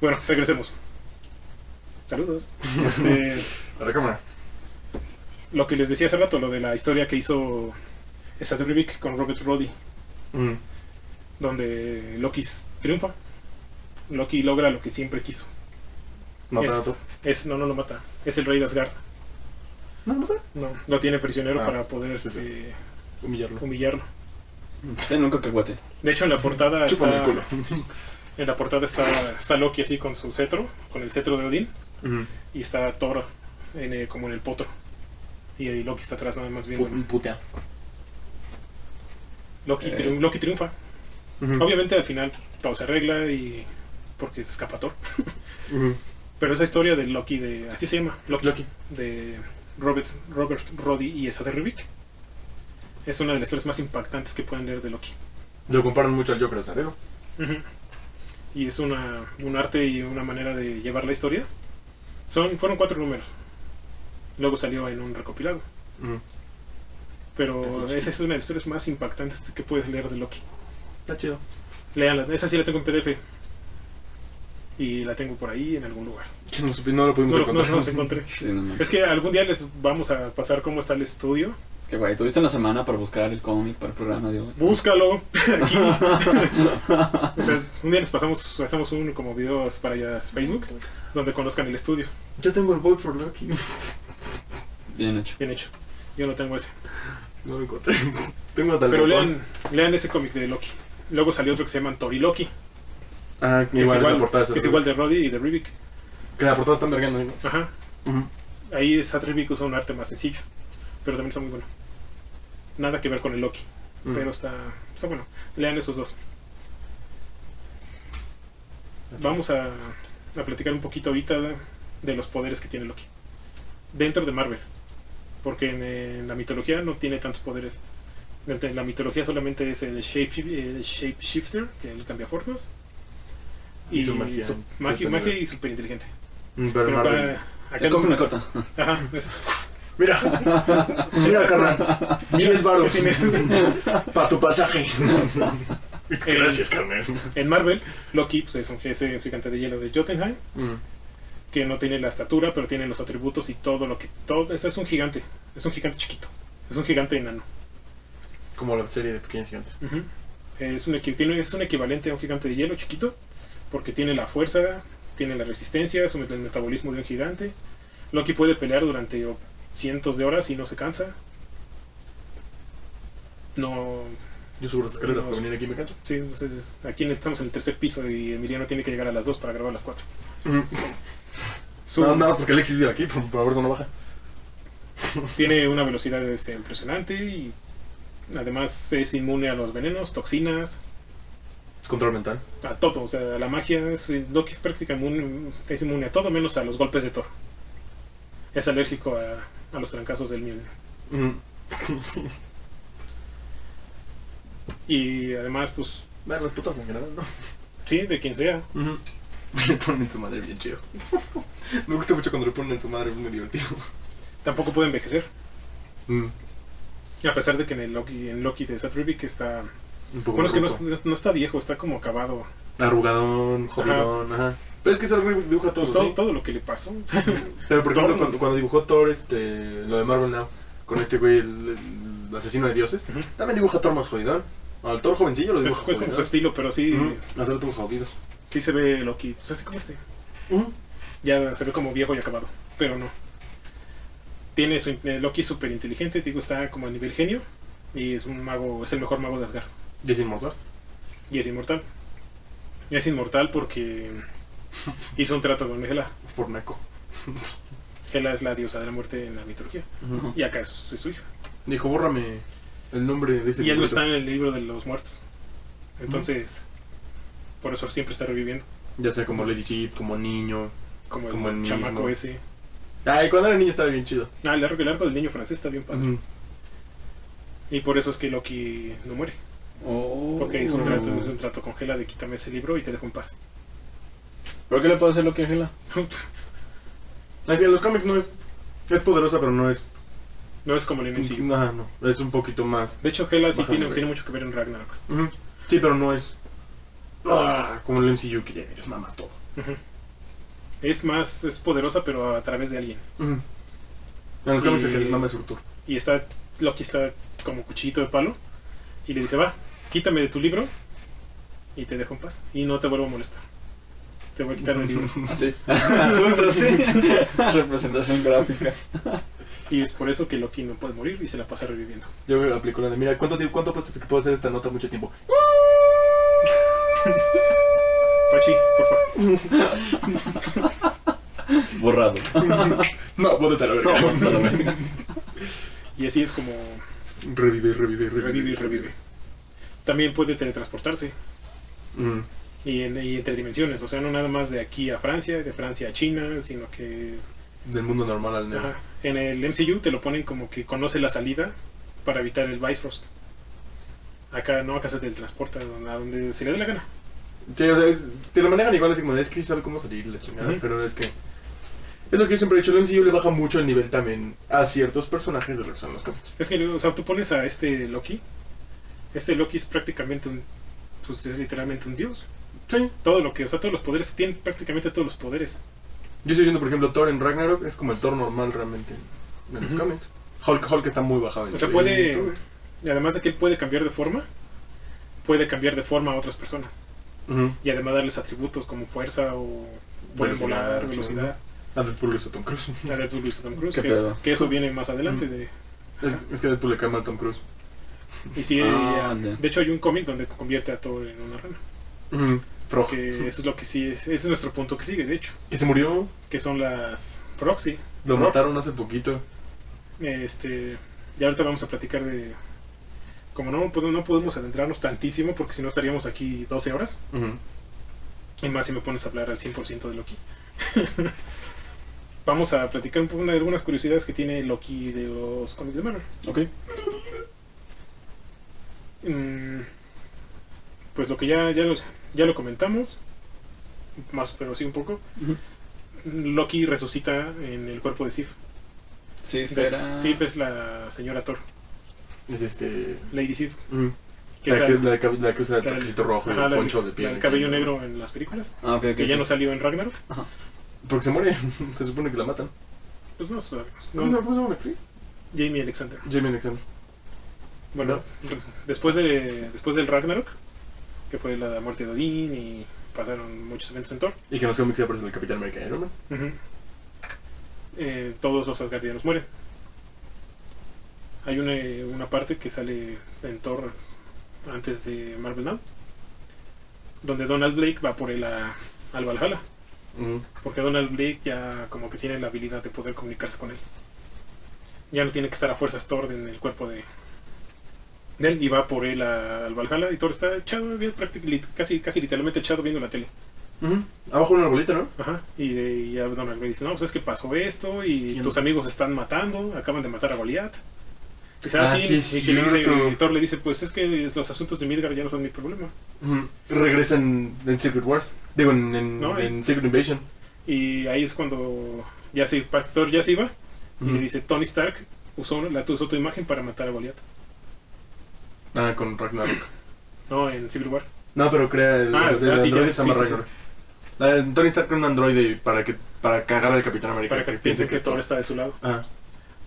[SPEAKER 3] Bueno, regresemos. Saludos. Este,
[SPEAKER 2] A la cámara.
[SPEAKER 3] lo que les decía hace rato, lo de la historia que hizo Sadrivik con Robert Roddy,
[SPEAKER 2] Mm.
[SPEAKER 3] donde Loki triunfa. Loki logra lo que siempre quiso.
[SPEAKER 2] Matar a
[SPEAKER 3] es,
[SPEAKER 2] otro.
[SPEAKER 3] es- no, no lo mata. Es el rey de Asgard.
[SPEAKER 2] No, matar.
[SPEAKER 3] No, lo tiene prisionero
[SPEAKER 2] Ah,
[SPEAKER 3] para poder
[SPEAKER 2] sí, sí.
[SPEAKER 3] este,
[SPEAKER 2] Humillarlo.
[SPEAKER 3] humillarlo.
[SPEAKER 1] Ten un cacahuate.
[SPEAKER 3] De hecho, en la portada
[SPEAKER 2] Chúpame el
[SPEAKER 3] está,
[SPEAKER 2] culo.
[SPEAKER 3] en la portada está, está Loki así con su cetro, con el cetro de Odín, y está Thor en el- como en el potro. Y, ahí Loki está atrás nada más viendo.
[SPEAKER 2] Pu- Putea.
[SPEAKER 3] Loki,
[SPEAKER 2] Eh.
[SPEAKER 3] triun- Loki triunfa. Obviamente al final todo se arregla y porque es escapator.
[SPEAKER 2] Ujú.
[SPEAKER 3] Pero esa historia de Loki de así se llama, Loki,
[SPEAKER 2] Loki.
[SPEAKER 3] de Robert Robert Roddy y esa de Rubik. Es una de las historias más impactantes que pueden leer de Loki.
[SPEAKER 2] Lo comparan mucho al Joker Azarero.
[SPEAKER 3] Ujú. Y es una, un arte y una manera de llevar la historia. Son, fueron cuatro números. Luego salió en un recopilado. Pero esa es una de las historias más impactantes que puedes leer de Loki.
[SPEAKER 2] Está chido.
[SPEAKER 3] Leanla, esa sí la tengo en PDF. Y la tengo por ahí en algún lugar.
[SPEAKER 2] Que no, supi- no lo pudimos
[SPEAKER 3] No, no, no,
[SPEAKER 2] encontrar.
[SPEAKER 3] los encontré.
[SPEAKER 1] Sí, no mames.
[SPEAKER 3] Es que algún día les vamos a pasar cómo está el estudio.
[SPEAKER 1] Es que, güey, tuviste una semana para buscar el cómic para el programa de hoy.
[SPEAKER 3] Búscalo. Aquí. O sea, un día les pasamos, hacemos un como videos para allá Facebook, donde conozcan el estudio.
[SPEAKER 2] Yo tengo el Boy for Loki.
[SPEAKER 1] Bien hecho.
[SPEAKER 3] Bien hecho. Yo no tengo ese.
[SPEAKER 2] No lo encontré. tengo a tal
[SPEAKER 3] Pero
[SPEAKER 2] cual.
[SPEAKER 3] lean, lean ese cómic de Loki. Luego salió otro que se llama Tori Loki,
[SPEAKER 2] Ah,
[SPEAKER 3] que es
[SPEAKER 2] igual, la
[SPEAKER 3] igual,
[SPEAKER 2] portada
[SPEAKER 3] que es igual de Roddy y de Rivik.
[SPEAKER 2] Que la portada está vergando, ¿no?
[SPEAKER 3] Ajá. Ahí Sat Rivik usa un arte más sencillo, pero también está muy bueno. Nada que ver con el Loki,
[SPEAKER 2] Mm.
[SPEAKER 3] pero está, está bueno. Lean esos dos. Vamos a, a platicar un poquito ahorita de, de los poderes que tiene Loki. Dentro de Marvel. Porque en, eh, la mitología no tiene tantos poderes. En la mitología solamente es el shape, el shapeshifter, que él cambia formas. Y,
[SPEAKER 2] Y su magia.
[SPEAKER 3] su magia,
[SPEAKER 2] Sí,
[SPEAKER 3] magia y súper inteligente.
[SPEAKER 2] Mm,
[SPEAKER 3] Pero
[SPEAKER 2] Pero Marvel.
[SPEAKER 3] acá- acá
[SPEAKER 1] Se
[SPEAKER 3] no-
[SPEAKER 1] coge una corta.
[SPEAKER 3] Ajá, eso.
[SPEAKER 2] Mira, mira, carnal. 10
[SPEAKER 3] ¿Qué
[SPEAKER 2] baros
[SPEAKER 3] tienes?
[SPEAKER 2] para tu pasaje.
[SPEAKER 3] Gracias,
[SPEAKER 2] carnal.
[SPEAKER 3] En Marvel, Loki pues, es un ese gigante de hielo de Jotunheim, que no tiene la estatura, pero tiene los atributos y todo lo que... todo ese Es un gigante, es un gigante chiquito, es un gigante enano.
[SPEAKER 2] Como la serie de Pequeños Gigantes.
[SPEAKER 3] Ujú. es, un, equi- tiene- es un equivalente a un gigante de hielo chiquito, porque tiene la fuerza, tiene la resistencia, su met- el metabolismo de un gigante. Loki puede pelear durante o, cientos de horas y no se cansa. No,
[SPEAKER 2] Yo subo las escaleras
[SPEAKER 3] No,
[SPEAKER 2] para venir aquí y me canto.
[SPEAKER 3] sí, entonces aquí estamos en el tercer piso y Emiliano tiene que llegar a las 2 para grabar a las 4. Su-
[SPEAKER 2] Nada, nada más porque Alexis vive aquí, por por eso no baja.
[SPEAKER 3] Tiene una velocidad este, impresionante y además es inmune a los venenos, toxinas,
[SPEAKER 2] Es control mental.
[SPEAKER 3] a todo. O sea, a la magia es, Loki es prácticamente inmune, es inmune a todo menos a los golpes de Thor. Es alérgico a, a los trancazos del Mjolnir.
[SPEAKER 2] Mm.
[SPEAKER 3] Y además, pues
[SPEAKER 2] Dar las putas en general, ¿no?
[SPEAKER 3] Sí, de quien sea.
[SPEAKER 2] Le ponen su madre bien chido. me gusta mucho cuando le ponen en su madre, es muy divertido.
[SPEAKER 3] Tampoco puede envejecer. Mm, A pesar de que en el Loki, en Loki de Seth Rubik está.
[SPEAKER 2] Un poco
[SPEAKER 3] Bueno, es que no,
[SPEAKER 2] ruco.
[SPEAKER 3] es- no está viejo, está como acabado.
[SPEAKER 2] Arrugadón, jodidón, ajá. Pero es que Seth Rogen dibuja todo,
[SPEAKER 3] Pues todo,
[SPEAKER 2] ¿sí?
[SPEAKER 3] todo lo que le pasó.
[SPEAKER 2] Pero por ejemplo,
[SPEAKER 3] Thor,
[SPEAKER 2] cuando, cuando dibujó Thor, este, lo de Marvel Now, con este güey, el, el asesino de dioses,
[SPEAKER 3] Ujú.
[SPEAKER 2] también dibuja Thor más jodidón. Al Thor jovencillo lo
[SPEAKER 3] es,
[SPEAKER 2] dibuja
[SPEAKER 3] es como su
[SPEAKER 2] jodidón.
[SPEAKER 3] estilo, pero sí,
[SPEAKER 2] Ujú, hacerlo todo jodido.
[SPEAKER 3] sí se ve Loki. O sea, así como este. Ya se ve como viejo y acabado, pero no. Tiene su, eh, Loki es súper inteligente, digo, está como a nivel genio. Y es un mago, es el mejor mago de Asgard.
[SPEAKER 2] Y es inmortal.
[SPEAKER 3] Y es inmortal. Y es inmortal porque hizo un trato con Hela.
[SPEAKER 2] Por naco.
[SPEAKER 3] Hela es la diosa de la muerte en la mitología. Y acá es, es su hija.
[SPEAKER 2] Dijo, bórrame el nombre de ese
[SPEAKER 3] y algo
[SPEAKER 2] librito".
[SPEAKER 3] está en el libro de los muertos. Entonces, por eso siempre está reviviendo.
[SPEAKER 2] Ya sea como Lady Chip, como niño.
[SPEAKER 3] Como el,
[SPEAKER 2] Como el
[SPEAKER 3] chamaco
[SPEAKER 2] mismo.
[SPEAKER 3] ese.
[SPEAKER 2] Ay, cuando era niño estaba bien chido.
[SPEAKER 3] Ah, el arco, el arco del niño francés está bien padre.
[SPEAKER 2] Ujú.
[SPEAKER 3] Y por eso es que Loki no muere.
[SPEAKER 1] Oh.
[SPEAKER 3] Porque hizo un trato, hizo un trato con Hela de quítame ese libro y te dejo en paz.
[SPEAKER 1] ¿Pero qué le puedo hacer lo que Angela?
[SPEAKER 2] Así, en los cómics no es. Es poderosa, pero no es.
[SPEAKER 3] no es como el MCU.
[SPEAKER 2] Ajá, no. Es un poquito más.
[SPEAKER 3] De hecho, Hela sí
[SPEAKER 2] Baja
[SPEAKER 3] tiene,
[SPEAKER 2] nivel.
[SPEAKER 3] tiene mucho que ver en Ragnarok.
[SPEAKER 2] Ujú. Sí, pero no es. ah, como el MCU que ya es mamá todo.
[SPEAKER 3] Ujú. Es más, es poderosa, pero a través de alguien.
[SPEAKER 2] Ujú. En los cómics el que
[SPEAKER 3] Y-
[SPEAKER 2] les mama es Surtur.
[SPEAKER 3] Y está, Loki está como cuchillito de palo. Y le dice, va, quítame de tu libro y te dejo en paz. Y no te vuelvo a molestar. Te voy a quitar el libro.
[SPEAKER 1] Así. Justo así. Ah, Representación gráfica.
[SPEAKER 3] Y es por eso que Loki no puede morir y se la pasa reviviendo.
[SPEAKER 2] Yo me aplico la de: Mira, ¿cuánto, tiempo- ¿cuánto apuestas que puedo hacer esta nota mucho tiempo?
[SPEAKER 3] Pachi, por favor.
[SPEAKER 1] Borrado.
[SPEAKER 2] No, bótate a la verga.
[SPEAKER 3] Y así es como
[SPEAKER 2] Revive, revive, revive.
[SPEAKER 3] revive y revive. También puede teletransportarse
[SPEAKER 2] Ujú.
[SPEAKER 3] y, en- y entre dimensiones. O sea, no nada más de aquí a Francia, de Francia a China, sino que
[SPEAKER 2] Del mundo normal al neo.
[SPEAKER 3] Ajá. En el MCU te lo ponen como que conoce la salida para evitar el Bifrost. Acá no, acá se teletransporta a donde se le dé la gana.
[SPEAKER 2] Sí, o sea, es- te lo manejan igual, así como, es que sí sabe cómo salir la chingada,
[SPEAKER 3] Ujú.
[SPEAKER 2] pero es que... Es lo que yo siempre he dicho, el MCU le baja mucho el nivel también a ciertos personajes de lo que son los cómics.
[SPEAKER 3] Es que, o sea, tú pones a este Loki. Este Loki es prácticamente un. Pues es literalmente un dios.
[SPEAKER 2] Sí.
[SPEAKER 3] Todo lo que, o sea, todos los poderes, tiene prácticamente todos los poderes.
[SPEAKER 2] Yo estoy diciendo, por ejemplo, Thor en Ragnarok es como el Thor normal realmente en los
[SPEAKER 3] Ujú.
[SPEAKER 2] cómics. Hulk, Hulk está muy bajado. en
[SPEAKER 3] O sea,
[SPEAKER 2] nivel,
[SPEAKER 3] puede-
[SPEAKER 2] todo, güey.
[SPEAKER 3] Y además de que él puede cambiar de forma, puede cambiar de forma a otras personas.
[SPEAKER 2] Ujú.
[SPEAKER 3] Y además darles atributos como fuerza o. Pueden
[SPEAKER 2] Velocidad,
[SPEAKER 3] volar,
[SPEAKER 2] sí.
[SPEAKER 3] velocidad.
[SPEAKER 2] A Deadpool le hizo Tom Cruise.
[SPEAKER 3] La de tu Luis Tom Cruise,
[SPEAKER 1] ¿Qué
[SPEAKER 3] que, es-
[SPEAKER 1] pedo?
[SPEAKER 3] que eso viene más adelante de.
[SPEAKER 2] es, es que a Deadpool le cae mal Tom Cruise.
[SPEAKER 3] Y sí,
[SPEAKER 1] Ah,
[SPEAKER 3] eh,
[SPEAKER 1] ya.
[SPEAKER 3] de hecho hay un cómic donde convierte a Thor en una rana.
[SPEAKER 2] Ujú. Frog.
[SPEAKER 3] Que eso es lo que sí, es, ese es nuestro punto que sigue, de hecho.
[SPEAKER 2] Que se murió,
[SPEAKER 3] Que son las Proxy.
[SPEAKER 2] lo
[SPEAKER 3] Frog.
[SPEAKER 2] mataron hace poquito.
[SPEAKER 3] Este, y ahorita vamos a platicar de... Como no, pod- no podemos adentrarnos tantísimo porque si no estaríamos aquí 12 horas.
[SPEAKER 2] Ujú.
[SPEAKER 3] Y más si me pones a hablar al 100% de Loki. vamos a platicar un poco de algunas curiosidades que tiene Loki de los cómics de Marvel.
[SPEAKER 1] Ok.
[SPEAKER 3] Mm, pues lo que ya, ya, los- ya lo comentamos, más pero sí un poco.
[SPEAKER 1] Ujú.
[SPEAKER 3] Loki resucita en el cuerpo de Sif.
[SPEAKER 1] Sí,
[SPEAKER 3] Es-
[SPEAKER 1] Fera.
[SPEAKER 3] Sif es la señora Thor,
[SPEAKER 2] Es este...
[SPEAKER 3] Lady Sif,
[SPEAKER 2] ujú.
[SPEAKER 3] que es
[SPEAKER 2] La que,
[SPEAKER 3] la-
[SPEAKER 2] la, que- la que usa el
[SPEAKER 3] la-
[SPEAKER 2] trajecito rojo y
[SPEAKER 3] ajá,
[SPEAKER 2] el
[SPEAKER 3] la-
[SPEAKER 2] poncho de
[SPEAKER 3] la
[SPEAKER 2] piel.
[SPEAKER 3] del cabello negro en las películas,
[SPEAKER 1] Ah, ok, ok.
[SPEAKER 3] que ya
[SPEAKER 1] ok.
[SPEAKER 3] no salió en Ragnarok.
[SPEAKER 2] Porque se muere, se supone que la matan.
[SPEAKER 3] Pues no, sabemos.
[SPEAKER 2] ¿Cómo se llama-
[SPEAKER 3] No,
[SPEAKER 2] cómo se llama la actriz?
[SPEAKER 3] Jamie Alexander.
[SPEAKER 2] Jamie Alexander.
[SPEAKER 3] Bueno, después, de, después del Ragnarok, que fue la muerte de Odín y pasaron muchos eventos en Thor,
[SPEAKER 2] Y que en los cómics aparece el Capitán América y Iron Man.
[SPEAKER 3] Ujú. Eh, todos los asgardianos mueren. Hay una, una parte que sale en Thor antes de Marvel Now, donde Donald Blake va por él a, al Valhalla, porque Donald Blake ya como que tiene la habilidad de poder comunicarse con él. Ya no tiene que estar a fuerzas Thor en el cuerpo de, de él y va por él a- al Valhalla y Thor está echado, bien, prácticamente, casi, casi literalmente echado viendo la tele.
[SPEAKER 2] Ujú. Abajo una arbolita, ¿no?
[SPEAKER 3] Ajá, y, de, y ya Donald Gray dice, no, pues es que pasó esto y
[SPEAKER 2] Es que no-
[SPEAKER 3] tus amigos están matando, acaban de matar a Goliath Pues, ah,
[SPEAKER 2] Ah,
[SPEAKER 3] sí,
[SPEAKER 2] sí, es
[SPEAKER 3] y que le dice,
[SPEAKER 2] cierto.
[SPEAKER 3] el Thor le dice, pues es que es- los asuntos de Midgar ya no son mi problema.
[SPEAKER 2] Ujú. Regresan en Secret Wars. Digo, en, en,
[SPEAKER 3] No,
[SPEAKER 2] en Secret Invasion.
[SPEAKER 3] Y ahí es cuando ya se, pa- Thor ya se iba y le
[SPEAKER 2] Ujú.
[SPEAKER 3] dice, Tony Stark usó, la, usó tu imagen para matar a Goliath.
[SPEAKER 2] Ah, con Ragnarok.
[SPEAKER 3] No, en Civil War.
[SPEAKER 2] No, pero crea el,
[SPEAKER 3] Ah,
[SPEAKER 2] o sea, el
[SPEAKER 3] ah, sí,
[SPEAKER 2] androide
[SPEAKER 3] ya,
[SPEAKER 2] se llama
[SPEAKER 3] sí, sí,
[SPEAKER 2] Ragnarok. Ah, Tony Stark crea un androide para que para cagar al Capitán América.
[SPEAKER 3] Para que piensen que Thor está de su lado.
[SPEAKER 2] Ah,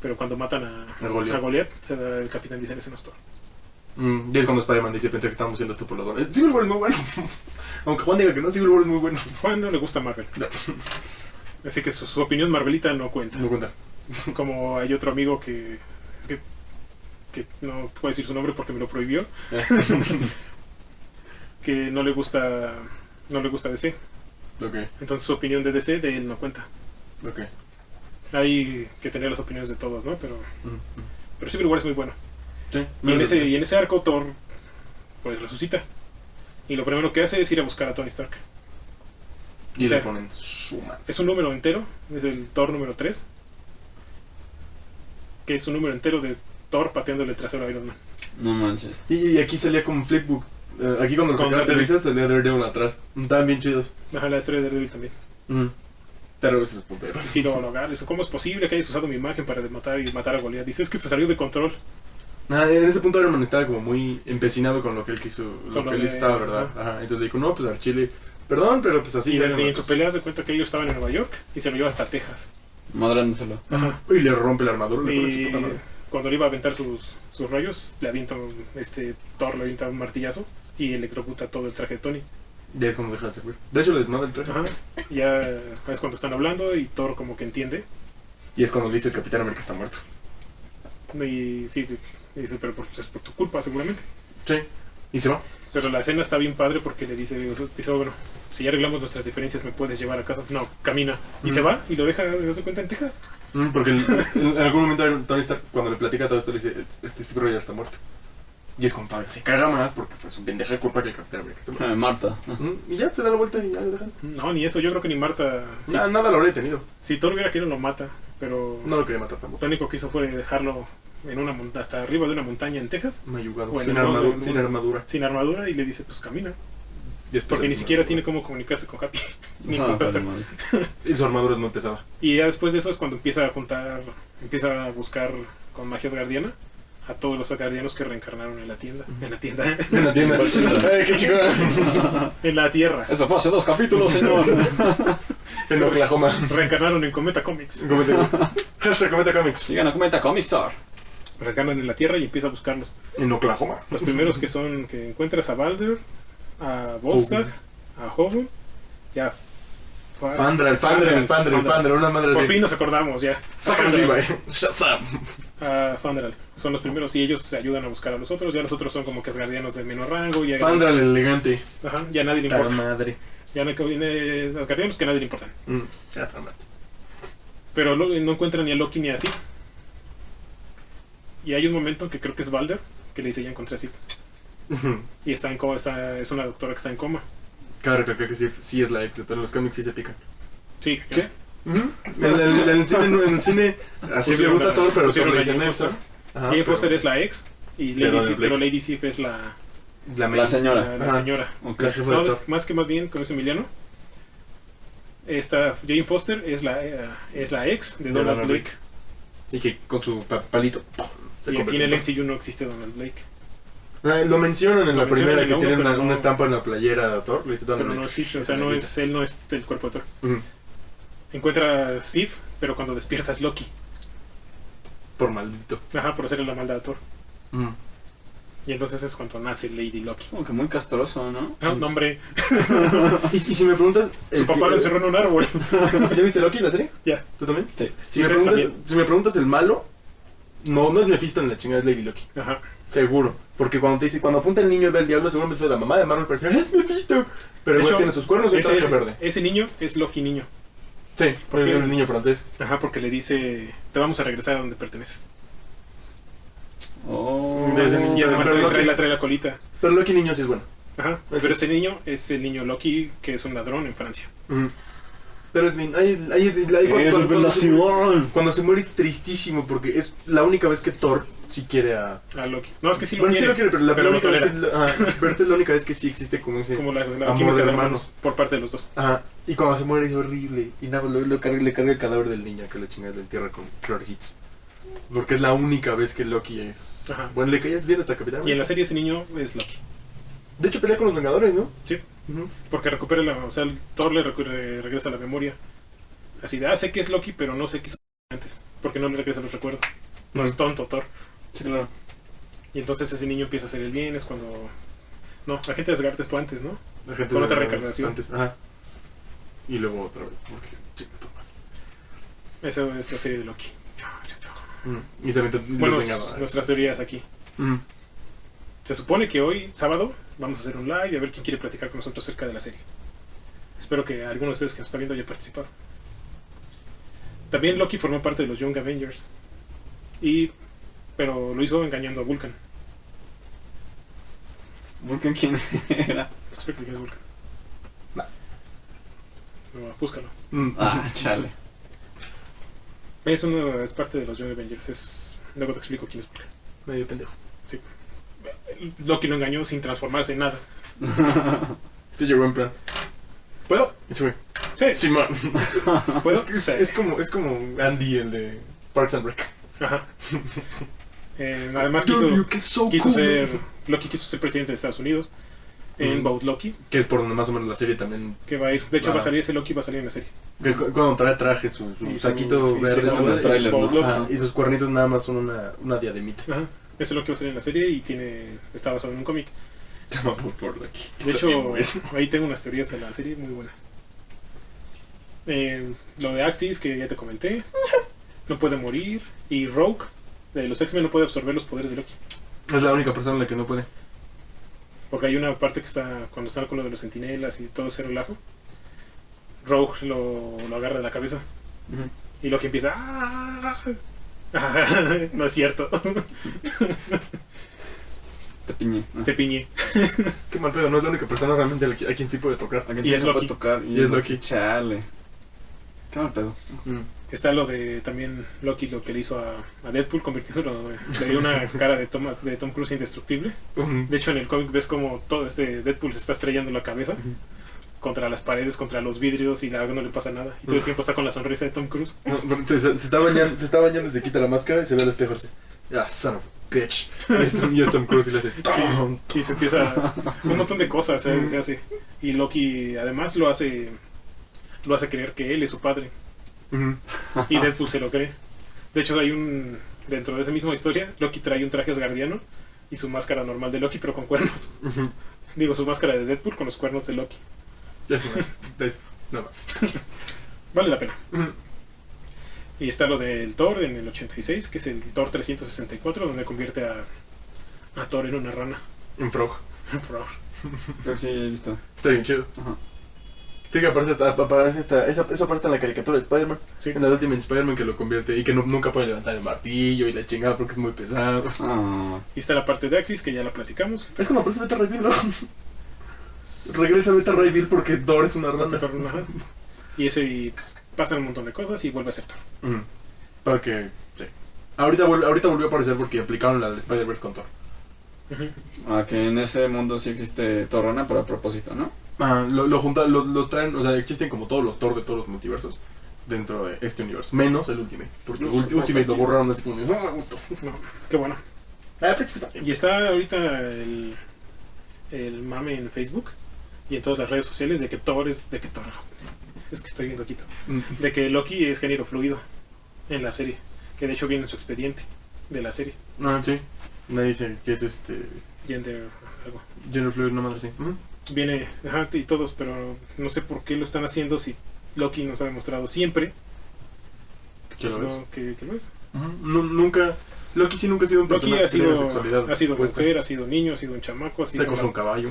[SPEAKER 3] Pero cuando matan a,
[SPEAKER 2] A Goliath.
[SPEAKER 3] a se da- el capitán dice, ese no es Thor.
[SPEAKER 2] mm, y es cuando Spider-Man dice, pensé que estábamos siendo estupulados. Eh, Civil War es muy bueno. Aunque Juan diga que no, Civil War es muy bueno.
[SPEAKER 3] Juan no le gusta Marvel.
[SPEAKER 2] No.
[SPEAKER 3] Así que su, su opinión marvelita no cuenta.
[SPEAKER 2] No cuenta.
[SPEAKER 3] Como hay otro amigo que... Es que, que no puedo decir su nombre porque me lo prohibió.
[SPEAKER 2] Eh,
[SPEAKER 3] Que no le gusta... No le gusta DC.
[SPEAKER 2] ok,
[SPEAKER 3] Entonces su opinión de DC de él no cuenta.
[SPEAKER 2] ok.
[SPEAKER 3] Hay que tener las opiniones de todos, ¿no? Pero,
[SPEAKER 2] Mm.
[SPEAKER 3] pero Civil War es muy bueno.
[SPEAKER 2] Sí.
[SPEAKER 3] Y en, ese, y en ese arco Thor pues resucita. Y lo primero que hace es ir a buscar a Tony Stark.
[SPEAKER 2] Y
[SPEAKER 3] o sea,
[SPEAKER 2] le ponen su madre.
[SPEAKER 3] Es un número entero, es el Thor número 3. Que es un número entero de Thor pateándole el trasero a Iron Man.
[SPEAKER 1] No manches.
[SPEAKER 2] Y, y aquí salía con Flipbook. Eh, aquí cuando los
[SPEAKER 3] Con
[SPEAKER 2] sacaron de
[SPEAKER 3] Daredevil.
[SPEAKER 2] risa salía Daredevil atrás. Mm, Estaban bien chidos.
[SPEAKER 3] Ajá, la historia de Daredevil también.
[SPEAKER 2] Ujú. Pero ese es punto de
[SPEAKER 3] Y sí lo, lo agarra, eso, ¿Cómo es posible que hayas usado mi imagen para matar y matar a Goliath? Dice, es que se salió de control.
[SPEAKER 2] Ah, en ese punto Iron Man estaba como muy empecinado con lo que él quiso, lo
[SPEAKER 3] Con lo
[SPEAKER 2] que él
[SPEAKER 3] de-
[SPEAKER 2] estaba, ¿verdad?
[SPEAKER 3] ajá.
[SPEAKER 2] Ajá. Entonces le dijo, no, pues al Chile, perdón, pero pues así.
[SPEAKER 3] y, de-
[SPEAKER 2] eran
[SPEAKER 3] y en
[SPEAKER 2] las
[SPEAKER 3] su
[SPEAKER 2] cosas".
[SPEAKER 3] pelea se cuenta que ellos estaban en Nueva York y se lo lleva hasta Texas.
[SPEAKER 1] Madrándoselo.
[SPEAKER 3] Ajá.
[SPEAKER 2] Y le rompe la armadura, le pone su
[SPEAKER 3] Y
[SPEAKER 2] puta madre.
[SPEAKER 3] cuando le iba a aventar sus, sus rayos, le avienta un- este Thor le avienta un martillazo y electrocuta todo el traje de Tony.
[SPEAKER 2] Y es como deja de ser De hecho, le desmada el traje.
[SPEAKER 3] Ajá. Ya es cuando están hablando y Thor como que entiende.
[SPEAKER 2] Y es cuando le dice el Capitán América está muerto.
[SPEAKER 3] Y sí, y dice, pero por- pues es por tu culpa seguramente.
[SPEAKER 2] Sí. Y se va.
[SPEAKER 3] Pero la escena está bien padre porque le dice, dice, bueno, si ya arreglamos nuestras diferencias, ¿me puedes llevar a casa? No, camina. Y
[SPEAKER 2] Mm.
[SPEAKER 3] se va y lo deja, ¿se da cuenta en Texas?
[SPEAKER 2] Mm, Porque el- en algún momento Iron- Tony Stark, cuando le platica todo esto, le dice, este Steve Rogers está muerto. Y es como, todavía se caga más porque pues un pendejo de culpa que el Capitán América está muerto.
[SPEAKER 1] Eh, Marta.
[SPEAKER 2] Mm, Y ya se da la vuelta y ya lo dejan.
[SPEAKER 3] No, ni eso, yo creo que ni Marta... Si,
[SPEAKER 2] Na- nada lo habría tenido.
[SPEAKER 3] si Thor hubiera querido lo mata, pero
[SPEAKER 2] No lo quería matar tampoco.
[SPEAKER 3] lo único que hizo fue dejarlo en una monta- hasta arriba de una montaña en Texas,
[SPEAKER 2] Mayugado.
[SPEAKER 3] Bueno,
[SPEAKER 2] sin,
[SPEAKER 3] no,
[SPEAKER 2] armadu-
[SPEAKER 3] no, no.
[SPEAKER 2] sin armadura.
[SPEAKER 3] sin armadura, y le dice, pues camina.
[SPEAKER 2] Y después
[SPEAKER 3] Porque
[SPEAKER 2] se
[SPEAKER 3] ni
[SPEAKER 2] desmadra.
[SPEAKER 3] siquiera tiene cómo comunicarse con Happy. ni
[SPEAKER 1] Ah,
[SPEAKER 3] con Pepper.
[SPEAKER 1] vale, madre.
[SPEAKER 2] Y su armadura es muy pesada.
[SPEAKER 3] Y ya después de eso es cuando empieza a juntar, empieza a buscar con magias guardiana a todos los guardianos que reencarnaron en la tienda. En la tienda.
[SPEAKER 2] En la tienda.
[SPEAKER 1] Ay,
[SPEAKER 2] qué chico!
[SPEAKER 3] en la tierra.
[SPEAKER 1] Eso fue hace dos capítulos, señor.
[SPEAKER 2] En Oklahoma.
[SPEAKER 3] Reencarnaron en Cometa Comics.
[SPEAKER 2] Comete. Hashtag Cometa Comics.
[SPEAKER 1] Sigan a Cometa Comic Star.
[SPEAKER 3] Reencarnan en la tierra y empieza a buscarlos.
[SPEAKER 2] En Oklahoma.
[SPEAKER 3] Los primeros que son que encuentras a Balder, a Volstagg, a Hobo y a Fa-
[SPEAKER 2] Fandral, Fandral, Fandral, Fandral. Una madre
[SPEAKER 3] Por
[SPEAKER 2] de...
[SPEAKER 3] fin nos acordamos ya.
[SPEAKER 2] Sacan Levi. Shazam.
[SPEAKER 3] A Fandral. Son los primeros y ellos se ayudan a buscar a los otros. Ya los otros son como que guardianos de menor rango. Ya,
[SPEAKER 2] Fandral el elegante.
[SPEAKER 3] Ajá, ya nadie le
[SPEAKER 2] Ta
[SPEAKER 3] importa.
[SPEAKER 2] madre.
[SPEAKER 3] Ya no viene guardianos que a nadie le importan.
[SPEAKER 2] Mm, ya ta madre.
[SPEAKER 3] Pero lo- no encuentran ni a Loki ni así. Y hay un momento que creo que es Balder que le dice ya encontré así.
[SPEAKER 2] Ujú.
[SPEAKER 3] Y está en coma, está, es una doctora que está en coma.
[SPEAKER 2] Cabe recalcar que sí, sí es la ex de todos los cómics sí se pican.
[SPEAKER 3] Sí,
[SPEAKER 1] ¿Qué?
[SPEAKER 2] En el, en el cine, en el cine así le
[SPEAKER 3] Pusieron
[SPEAKER 2] gusta
[SPEAKER 3] la-
[SPEAKER 2] todo, pero
[SPEAKER 3] pusieron
[SPEAKER 2] solo le
[SPEAKER 3] la
[SPEAKER 2] dicen
[SPEAKER 3] Jane
[SPEAKER 2] Epson. Ajá,
[SPEAKER 3] Jane
[SPEAKER 2] Ah, pero-
[SPEAKER 3] Foster es la ex, y
[SPEAKER 2] Pero
[SPEAKER 3] Lady
[SPEAKER 2] de
[SPEAKER 3] Sif,
[SPEAKER 2] Blake.
[SPEAKER 3] pero Lady Sif es la,
[SPEAKER 2] La,
[SPEAKER 1] La
[SPEAKER 2] main.
[SPEAKER 1] señora.
[SPEAKER 3] la- la
[SPEAKER 2] Ajá.
[SPEAKER 3] señora.
[SPEAKER 1] Ok.
[SPEAKER 2] La jefa
[SPEAKER 3] No,
[SPEAKER 2] de
[SPEAKER 3] des-
[SPEAKER 2] Thor.
[SPEAKER 3] más que más bien, como dice Emiliano, esta Jane Foster es la, eh, es la ex de
[SPEAKER 2] De
[SPEAKER 3] Donald,
[SPEAKER 2] Donald
[SPEAKER 3] Blake.
[SPEAKER 2] Y que con su pa- palito. ¡pum! se
[SPEAKER 3] Y aquí en
[SPEAKER 2] convirtió.
[SPEAKER 3] el MCU no existe Donald Blake,
[SPEAKER 2] Ah, Lo mencionan en
[SPEAKER 3] Lo
[SPEAKER 2] la
[SPEAKER 3] mencionan
[SPEAKER 2] primera
[SPEAKER 3] en
[SPEAKER 2] que
[SPEAKER 3] la
[SPEAKER 2] tiene
[SPEAKER 3] uno,
[SPEAKER 2] una,
[SPEAKER 3] pero
[SPEAKER 2] una
[SPEAKER 3] no-
[SPEAKER 2] estampa en la playera de Thor. Le dice Donald
[SPEAKER 3] pero no
[SPEAKER 2] Blake.
[SPEAKER 3] existe, o sea, no es, él no es del cuerpo de Thor.
[SPEAKER 2] Ujú.
[SPEAKER 3] Encuentra a Sif, pero cuando despierta es Loki.
[SPEAKER 2] Por maldito.
[SPEAKER 3] Ajá, por hacerle la maldad a Thor. Mm.
[SPEAKER 2] Ujú.
[SPEAKER 3] Y entonces es cuando nace Lady Loki.
[SPEAKER 1] Como que muy castroso, ¿no?
[SPEAKER 3] Ah, un hombre.
[SPEAKER 2] Y, y si me preguntas.
[SPEAKER 3] Su
[SPEAKER 2] Mm. el
[SPEAKER 3] papá
[SPEAKER 2] que-
[SPEAKER 3] lo encerró en un árbol.
[SPEAKER 2] ¿Ya viste Loki la serie?
[SPEAKER 3] Ya.
[SPEAKER 2] ¿Tú también?
[SPEAKER 1] Sí.
[SPEAKER 2] Si me,
[SPEAKER 3] Ustedes
[SPEAKER 2] preguntas,
[SPEAKER 3] también.
[SPEAKER 2] si me preguntas el malo, no, no es Mephisto en la chingada, es Lady Loki.
[SPEAKER 3] Ajá.
[SPEAKER 2] Seguro. Porque cuando te dice, cuando apunta el niño y ve al diablo, seguramente fue la mamá de Marvel Persona. ¡Es Mephisto! Pero
[SPEAKER 3] De
[SPEAKER 2] igual
[SPEAKER 3] hecho,
[SPEAKER 2] tiene sus cuernos y un
[SPEAKER 3] Ese,
[SPEAKER 2] traje verde.
[SPEAKER 3] ese niño es Loki niño.
[SPEAKER 2] Sí,
[SPEAKER 3] ¿por
[SPEAKER 2] porque
[SPEAKER 3] qué?
[SPEAKER 2] es un niño francés.
[SPEAKER 3] Ajá, porque le dice, te vamos a regresar a donde perteneces.
[SPEAKER 1] Oh.
[SPEAKER 3] Entonces, y además
[SPEAKER 2] pero
[SPEAKER 3] trae,
[SPEAKER 2] Loki-
[SPEAKER 3] trae la, trae la colita.
[SPEAKER 2] Pero Loki niño sí es bueno.
[SPEAKER 3] Ajá.
[SPEAKER 2] Ok.
[SPEAKER 3] Pero ese niño es el niño Loki, que es un ladrón en Francia.
[SPEAKER 2] Pero es bien, ahí- ahí- ahí- cuando- cuando- cuando se muere- Cuando se muere es tristísimo porque es la única vez que Thor sí quiere a...
[SPEAKER 3] A Ah, Loki. No, es que sí lo
[SPEAKER 2] Bueno, sí
[SPEAKER 3] quiere,
[SPEAKER 2] lo quiere, pero, la, la
[SPEAKER 3] pero lo
[SPEAKER 2] única vez que,
[SPEAKER 3] tolera.
[SPEAKER 2] ajá, pero esta es la única vez que sí existe como ese...
[SPEAKER 3] Como la, la
[SPEAKER 2] Amor
[SPEAKER 3] química
[SPEAKER 2] de
[SPEAKER 3] de
[SPEAKER 2] hermanos.
[SPEAKER 3] hermanos por parte de los dos.
[SPEAKER 2] Ajá, y cuando se muere es horrible. Y nada, más lo, lo carga- le carga el cadáver del niño que lo chingada lo entierra con florecitas. Porque es la única vez que Loki es...
[SPEAKER 3] Ajá.
[SPEAKER 2] Bueno, le caías bien hasta Capitán.
[SPEAKER 3] Y en la serie ese niño es Loki.
[SPEAKER 2] De hecho pelea con los Vengadores, ¿no?
[SPEAKER 3] Sí.
[SPEAKER 2] Ujú.
[SPEAKER 3] Porque recupera la. O sea, el Thor le recu- le regresa la memoria. Así de, ah, sé que es Loki, pero no sé qué hizo antes. Porque no le regresa los recuerdos. No
[SPEAKER 2] Mm.
[SPEAKER 3] es tonto, Thor.
[SPEAKER 2] Sí, claro.
[SPEAKER 3] Y entonces ese niño empieza a hacer el bien. Es cuando. No, la gente de Asgard es fue antes, ¿no?
[SPEAKER 2] La gente
[SPEAKER 3] Con
[SPEAKER 2] de Vengadores
[SPEAKER 3] otra reencarnación.
[SPEAKER 2] Antes. Ajá. Y luego otra vez, porque... chinga tu madre.
[SPEAKER 3] Esa es la serie de Loki.
[SPEAKER 2] Mm. Y se aventó los
[SPEAKER 3] Bueno,
[SPEAKER 2] Vengadores.
[SPEAKER 3] nuestras teorías aquí.
[SPEAKER 2] Mm.
[SPEAKER 3] Se supone que hoy, sábado, vamos a hacer un live y a ver quién quiere platicar con nosotros acerca de la serie. Espero que alguno de ustedes que nos está viendo haya participado. También Loki formó parte de los Young Avengers. Y. Pero lo hizo engañando a Vulcan.
[SPEAKER 1] Vulcan, ¿quién era?
[SPEAKER 3] Explica qué es Vulcan.
[SPEAKER 1] Va.
[SPEAKER 3] No, búscalo.
[SPEAKER 2] Mm.
[SPEAKER 1] Ah, chale.
[SPEAKER 3] Es, una, es parte de los Young Avengers. Es, luego te explico quién es Vulcan.
[SPEAKER 2] Medio pendejo.
[SPEAKER 3] Loki lo engañó sin transformarse en nada.
[SPEAKER 2] Se llegó en plan.
[SPEAKER 3] ¿Puedo?
[SPEAKER 2] Y se fue.
[SPEAKER 3] Sí,
[SPEAKER 2] Simón.
[SPEAKER 3] ¿Puedo?
[SPEAKER 2] Pues Es, que es-
[SPEAKER 3] Sí.
[SPEAKER 2] es como, es como Andy, el de Parks and Rec.
[SPEAKER 3] Ajá. Eh, además quiso. quiso ser Loki quiso ser presidente de Estados Unidos en
[SPEAKER 2] Mm.
[SPEAKER 3] Bout Loki
[SPEAKER 2] Que es por donde más o menos la serie también.
[SPEAKER 3] que va a ir de hecho
[SPEAKER 2] Ah.
[SPEAKER 3] va a salir ese Loki va a salir en la serie
[SPEAKER 2] que es cu- cuando trae traje, su, su
[SPEAKER 3] Y su-
[SPEAKER 2] saquito
[SPEAKER 3] y su
[SPEAKER 2] verde.
[SPEAKER 1] Sí, son
[SPEAKER 3] Bold-
[SPEAKER 2] ¿no?
[SPEAKER 1] los trailers,
[SPEAKER 3] Bold
[SPEAKER 1] ¿no?
[SPEAKER 3] Loki.
[SPEAKER 2] Ajá, y sus cuernitos nada más son una, una diademita.
[SPEAKER 3] Ajá. ese Loki va a salir en la serie y tiene está basado en un cómic
[SPEAKER 2] Te amo por, por Loki.
[SPEAKER 3] de
[SPEAKER 2] Está bien,
[SPEAKER 3] hecho eh,
[SPEAKER 2] güey.
[SPEAKER 3] ahí tengo unas teorías de la serie muy buenas Eh, lo de Axis que ya te comenté no puede morir y Rogue de los X-Men no puede absorber los poderes de Loki
[SPEAKER 2] es la única persona en la que no puede.
[SPEAKER 3] Porque hay una parte que está cuando está con lo de los sentinelas y todo ese relajo. Rogue lo, lo agarra de la cabeza.
[SPEAKER 1] Ujú.
[SPEAKER 3] Y lo que empieza. "Ah". no es cierto.
[SPEAKER 1] Te piñé. ¿no?
[SPEAKER 3] Te piñé.
[SPEAKER 2] Qué mal pedo, no es la única persona realmente a la que- a quien sí puede tocar.
[SPEAKER 1] ¿A que
[SPEAKER 3] Y
[SPEAKER 1] sí
[SPEAKER 3] es
[SPEAKER 1] se puede
[SPEAKER 3] Loki.
[SPEAKER 1] tocar?
[SPEAKER 2] Y es Loki.
[SPEAKER 1] Chale. Qué mal pedo.
[SPEAKER 2] Mm.
[SPEAKER 3] Está lo de también Loki, lo que le hizo a, a Deadpool, convirtiéndolo. Le dio una cara de Tom, de Tom Cruise indestructible.
[SPEAKER 2] Ujú.
[SPEAKER 3] De hecho, en el cómic ves como todo este Deadpool se está estrellando la cabeza
[SPEAKER 2] Ujú.
[SPEAKER 3] contra las paredes, contra los vidrios y la, no le pasa nada. Y todo el tiempo está con la sonrisa de Tom Cruise.
[SPEAKER 2] No, pero se, se- se está bañando, se está bañando, se quita la máscara y se ve al espejo así. Ah, son of a bitch. Y es Tom- y es Tom Cruise y le hace. "Tom".
[SPEAKER 3] Y se empieza un montón de cosas, se, se hace. Y Loki además lo hace lo hace creer que él es su padre.
[SPEAKER 2] Ujú.
[SPEAKER 3] Y Deadpool se lo cree. De hecho hay un dentro de esa misma historia, Loki trae un traje asgardiano y su máscara normal de Loki pero con cuernos.
[SPEAKER 2] Ujú.
[SPEAKER 3] Digo, su máscara de Deadpool con los cuernos de Loki.
[SPEAKER 2] Ya se va. Es- No, va.
[SPEAKER 3] Vale la pena.
[SPEAKER 2] Ujú.
[SPEAKER 3] Y está lo del Thor en el 86, que es el Thor 364 donde convierte a a Thor en una rana.
[SPEAKER 2] Un frog.
[SPEAKER 3] Por favor.
[SPEAKER 1] Creo que sí, he visto.
[SPEAKER 2] Está bien chido.
[SPEAKER 1] Ajá.
[SPEAKER 2] Sí, que aparece hasta, aparece hasta- esa- eso aparece en la caricatura de Spider-Man.
[SPEAKER 3] Sí.
[SPEAKER 2] En la Ultimate Spider-Man que lo convierte y que nu- nunca puede levantar el martillo y la chingada porque es muy pesado.
[SPEAKER 1] Ah,
[SPEAKER 3] Y está la parte de Axis que ya la platicamos.
[SPEAKER 2] Es cuando aparece Beta Ray Bill, ¿no? Regresa Beta Ray Bill porque Dor es una rana.
[SPEAKER 3] Retorno, ajá. Y ese y pasan un montón de cosas y vuelve a ser Thor.
[SPEAKER 2] Ujú. Porque, sí. Ahorita, vuel- ahorita volvió a aparecer porque aplicaron la de Spider-Verse con Thor.
[SPEAKER 1] ah, que en ese mundo sí existe Torrana, pero a propósito, ¿no?
[SPEAKER 2] Ah, lo, lo, junta- lo, lo traen, o sea, existen como todos los Thor de todos los multiversos dentro de este universo, menos el Ultimate, porque
[SPEAKER 1] No,
[SPEAKER 2] Ult-
[SPEAKER 1] supongo
[SPEAKER 2] Ultimate
[SPEAKER 1] que
[SPEAKER 2] lo
[SPEAKER 1] sí.
[SPEAKER 2] borraron así como, no me gustó.
[SPEAKER 3] Qué bueno.
[SPEAKER 2] Ah, pero es que está bien.
[SPEAKER 3] Y está ahorita el, el mame en Facebook y en todas las redes sociales de que Thor es. de que Thor. Es que estoy viendo quito. De que Loki es género fluido en la serie. Que de hecho viene en su expediente de la serie.
[SPEAKER 2] No, Ah, sí, nadie dice que es este,
[SPEAKER 3] Gender algo.
[SPEAKER 2] General Fluid, no madre, sí. Ujú.
[SPEAKER 3] Viene. Ajá, y todos, pero no sé por qué lo están haciendo si Loki nos ha demostrado siempre
[SPEAKER 2] Que lo
[SPEAKER 3] pues,
[SPEAKER 2] es.
[SPEAKER 3] no, que- que lo es.
[SPEAKER 2] Ujú. Nu- nunca, Loki sí nunca ha sido un
[SPEAKER 3] Loki
[SPEAKER 2] personaje
[SPEAKER 3] ha
[SPEAKER 2] que tenga
[SPEAKER 3] sido,
[SPEAKER 2] sexualidad.
[SPEAKER 3] ha sido
[SPEAKER 2] puesta.
[SPEAKER 3] mujer, ha sido niño, ha sido un chamaco, ha
[SPEAKER 2] Se
[SPEAKER 3] sido.
[SPEAKER 2] coge un caballo.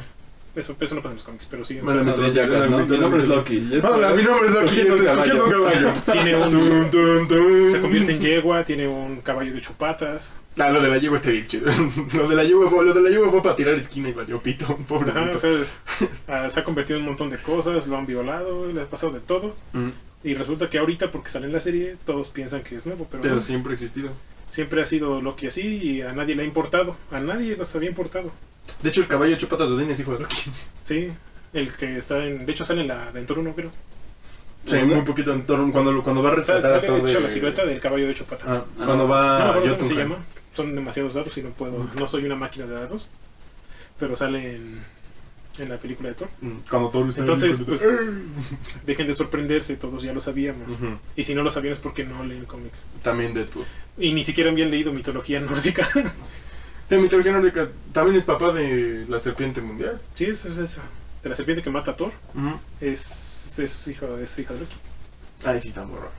[SPEAKER 3] Eso, eso no pasa en los cómics, pero sí. o
[SPEAKER 2] Bueno,
[SPEAKER 3] sea,
[SPEAKER 1] Suena de Jackass, ¿no? Mi nombre es Loki. Ah, ya está.
[SPEAKER 2] Hola, mi nombre es Loki y
[SPEAKER 1] Cogiendo un
[SPEAKER 2] estoy cogiendo un caballo.
[SPEAKER 3] Tiene un-
[SPEAKER 2] Tun, tun, tun.
[SPEAKER 3] se convierte en yegua, tiene un caballo de ocho patas.
[SPEAKER 2] Ah, lo de la yegua está bien chido. Lo de la yegua fue, lo de la yegua fue para tirar esquina y valió pito, pobrecito.
[SPEAKER 3] Ajá, o sea, ah, se ha convertido en un montón de cosas, lo han violado, le ha pasado de todo.
[SPEAKER 2] Mm.
[SPEAKER 3] Y resulta que ahorita, porque sale en la serie, todos piensan que es nuevo, pero,
[SPEAKER 2] Pero
[SPEAKER 3] no.
[SPEAKER 2] siempre ha existido.
[SPEAKER 3] siempre ha sido Loki así y a nadie le ha importado. A nadie los había importado.
[SPEAKER 2] De hecho, el caballo de patas de es hijo de Loki.
[SPEAKER 3] Sí, el que está en. De hecho, sale en la de Entorno, creo.
[SPEAKER 2] Sí, muy poquito en torno. Cuando, lo- cuando va a
[SPEAKER 3] Sale,
[SPEAKER 2] resaltar a
[SPEAKER 3] sale de
[SPEAKER 2] todo.
[SPEAKER 3] hecho
[SPEAKER 2] el-
[SPEAKER 3] la silueta del caballo de ocho patas.
[SPEAKER 2] Ah, cuando va.
[SPEAKER 3] no me acuerdo cómo
[SPEAKER 2] Jotunheim.
[SPEAKER 3] se llama. Son demasiados datos y no puedo. No soy una máquina de datos. Pero sale en, en la película de Thor.
[SPEAKER 2] Mm, Cuando Thor está
[SPEAKER 3] Entonces,
[SPEAKER 2] en el-
[SPEAKER 3] pues- Dejen de sorprenderse, todos ya lo sabíamos.
[SPEAKER 2] Ujú.
[SPEAKER 3] Y si no lo sabían es porque no leen cómics.
[SPEAKER 2] También Deadpool.
[SPEAKER 3] Y ni siquiera habían leído mitología nórdica.
[SPEAKER 2] La mitología nórdica también es papá de la serpiente mundial.
[SPEAKER 3] sí, es, es esa. De la serpiente que mata a Thor. Es, es, hija, es hija de Loki.
[SPEAKER 2] Ahí sí está muy raro.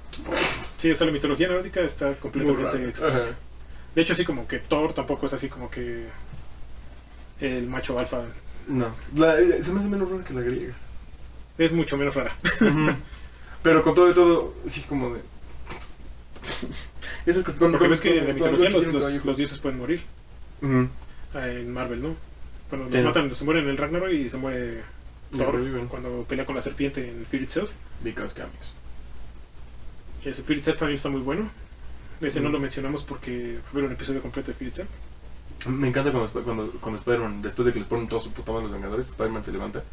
[SPEAKER 3] Sí, o sea, la mitología nórdica está completamente
[SPEAKER 2] Muy
[SPEAKER 3] extra.
[SPEAKER 2] raro. Ajá.
[SPEAKER 3] De hecho, así como que Thor tampoco es así como que el macho alfa.
[SPEAKER 2] No. La- eh, se me hace menos raro que la griega.
[SPEAKER 3] Es mucho menos rara.
[SPEAKER 2] Pero con todo y todo, sí es como de. Esas cosas cuando
[SPEAKER 3] Porque ves que en la
[SPEAKER 2] cuando-
[SPEAKER 3] mitología los,
[SPEAKER 2] cuando-
[SPEAKER 3] los- los dioses pueden morir.
[SPEAKER 2] Ujú.
[SPEAKER 3] Ah, En Marvel, ¿no? Cuando los
[SPEAKER 2] Sí.
[SPEAKER 3] matan, se mueren en el Ragnarok y se muere
[SPEAKER 2] Y
[SPEAKER 3] Thor
[SPEAKER 2] reviven.
[SPEAKER 3] cuando pelea con la serpiente en Fear Itself.
[SPEAKER 2] Because cambios.
[SPEAKER 3] Que Fear Itself para mí está muy bueno. Ese no
[SPEAKER 2] Mm.
[SPEAKER 3] lo mencionamos porque fue un episodio completo de Fear Itself.
[SPEAKER 2] Me encanta cuando, Sp- cuando, cuando Spider-Man, después de que les ponen todo su puta madre los Vengadores, Spider-Man se levanta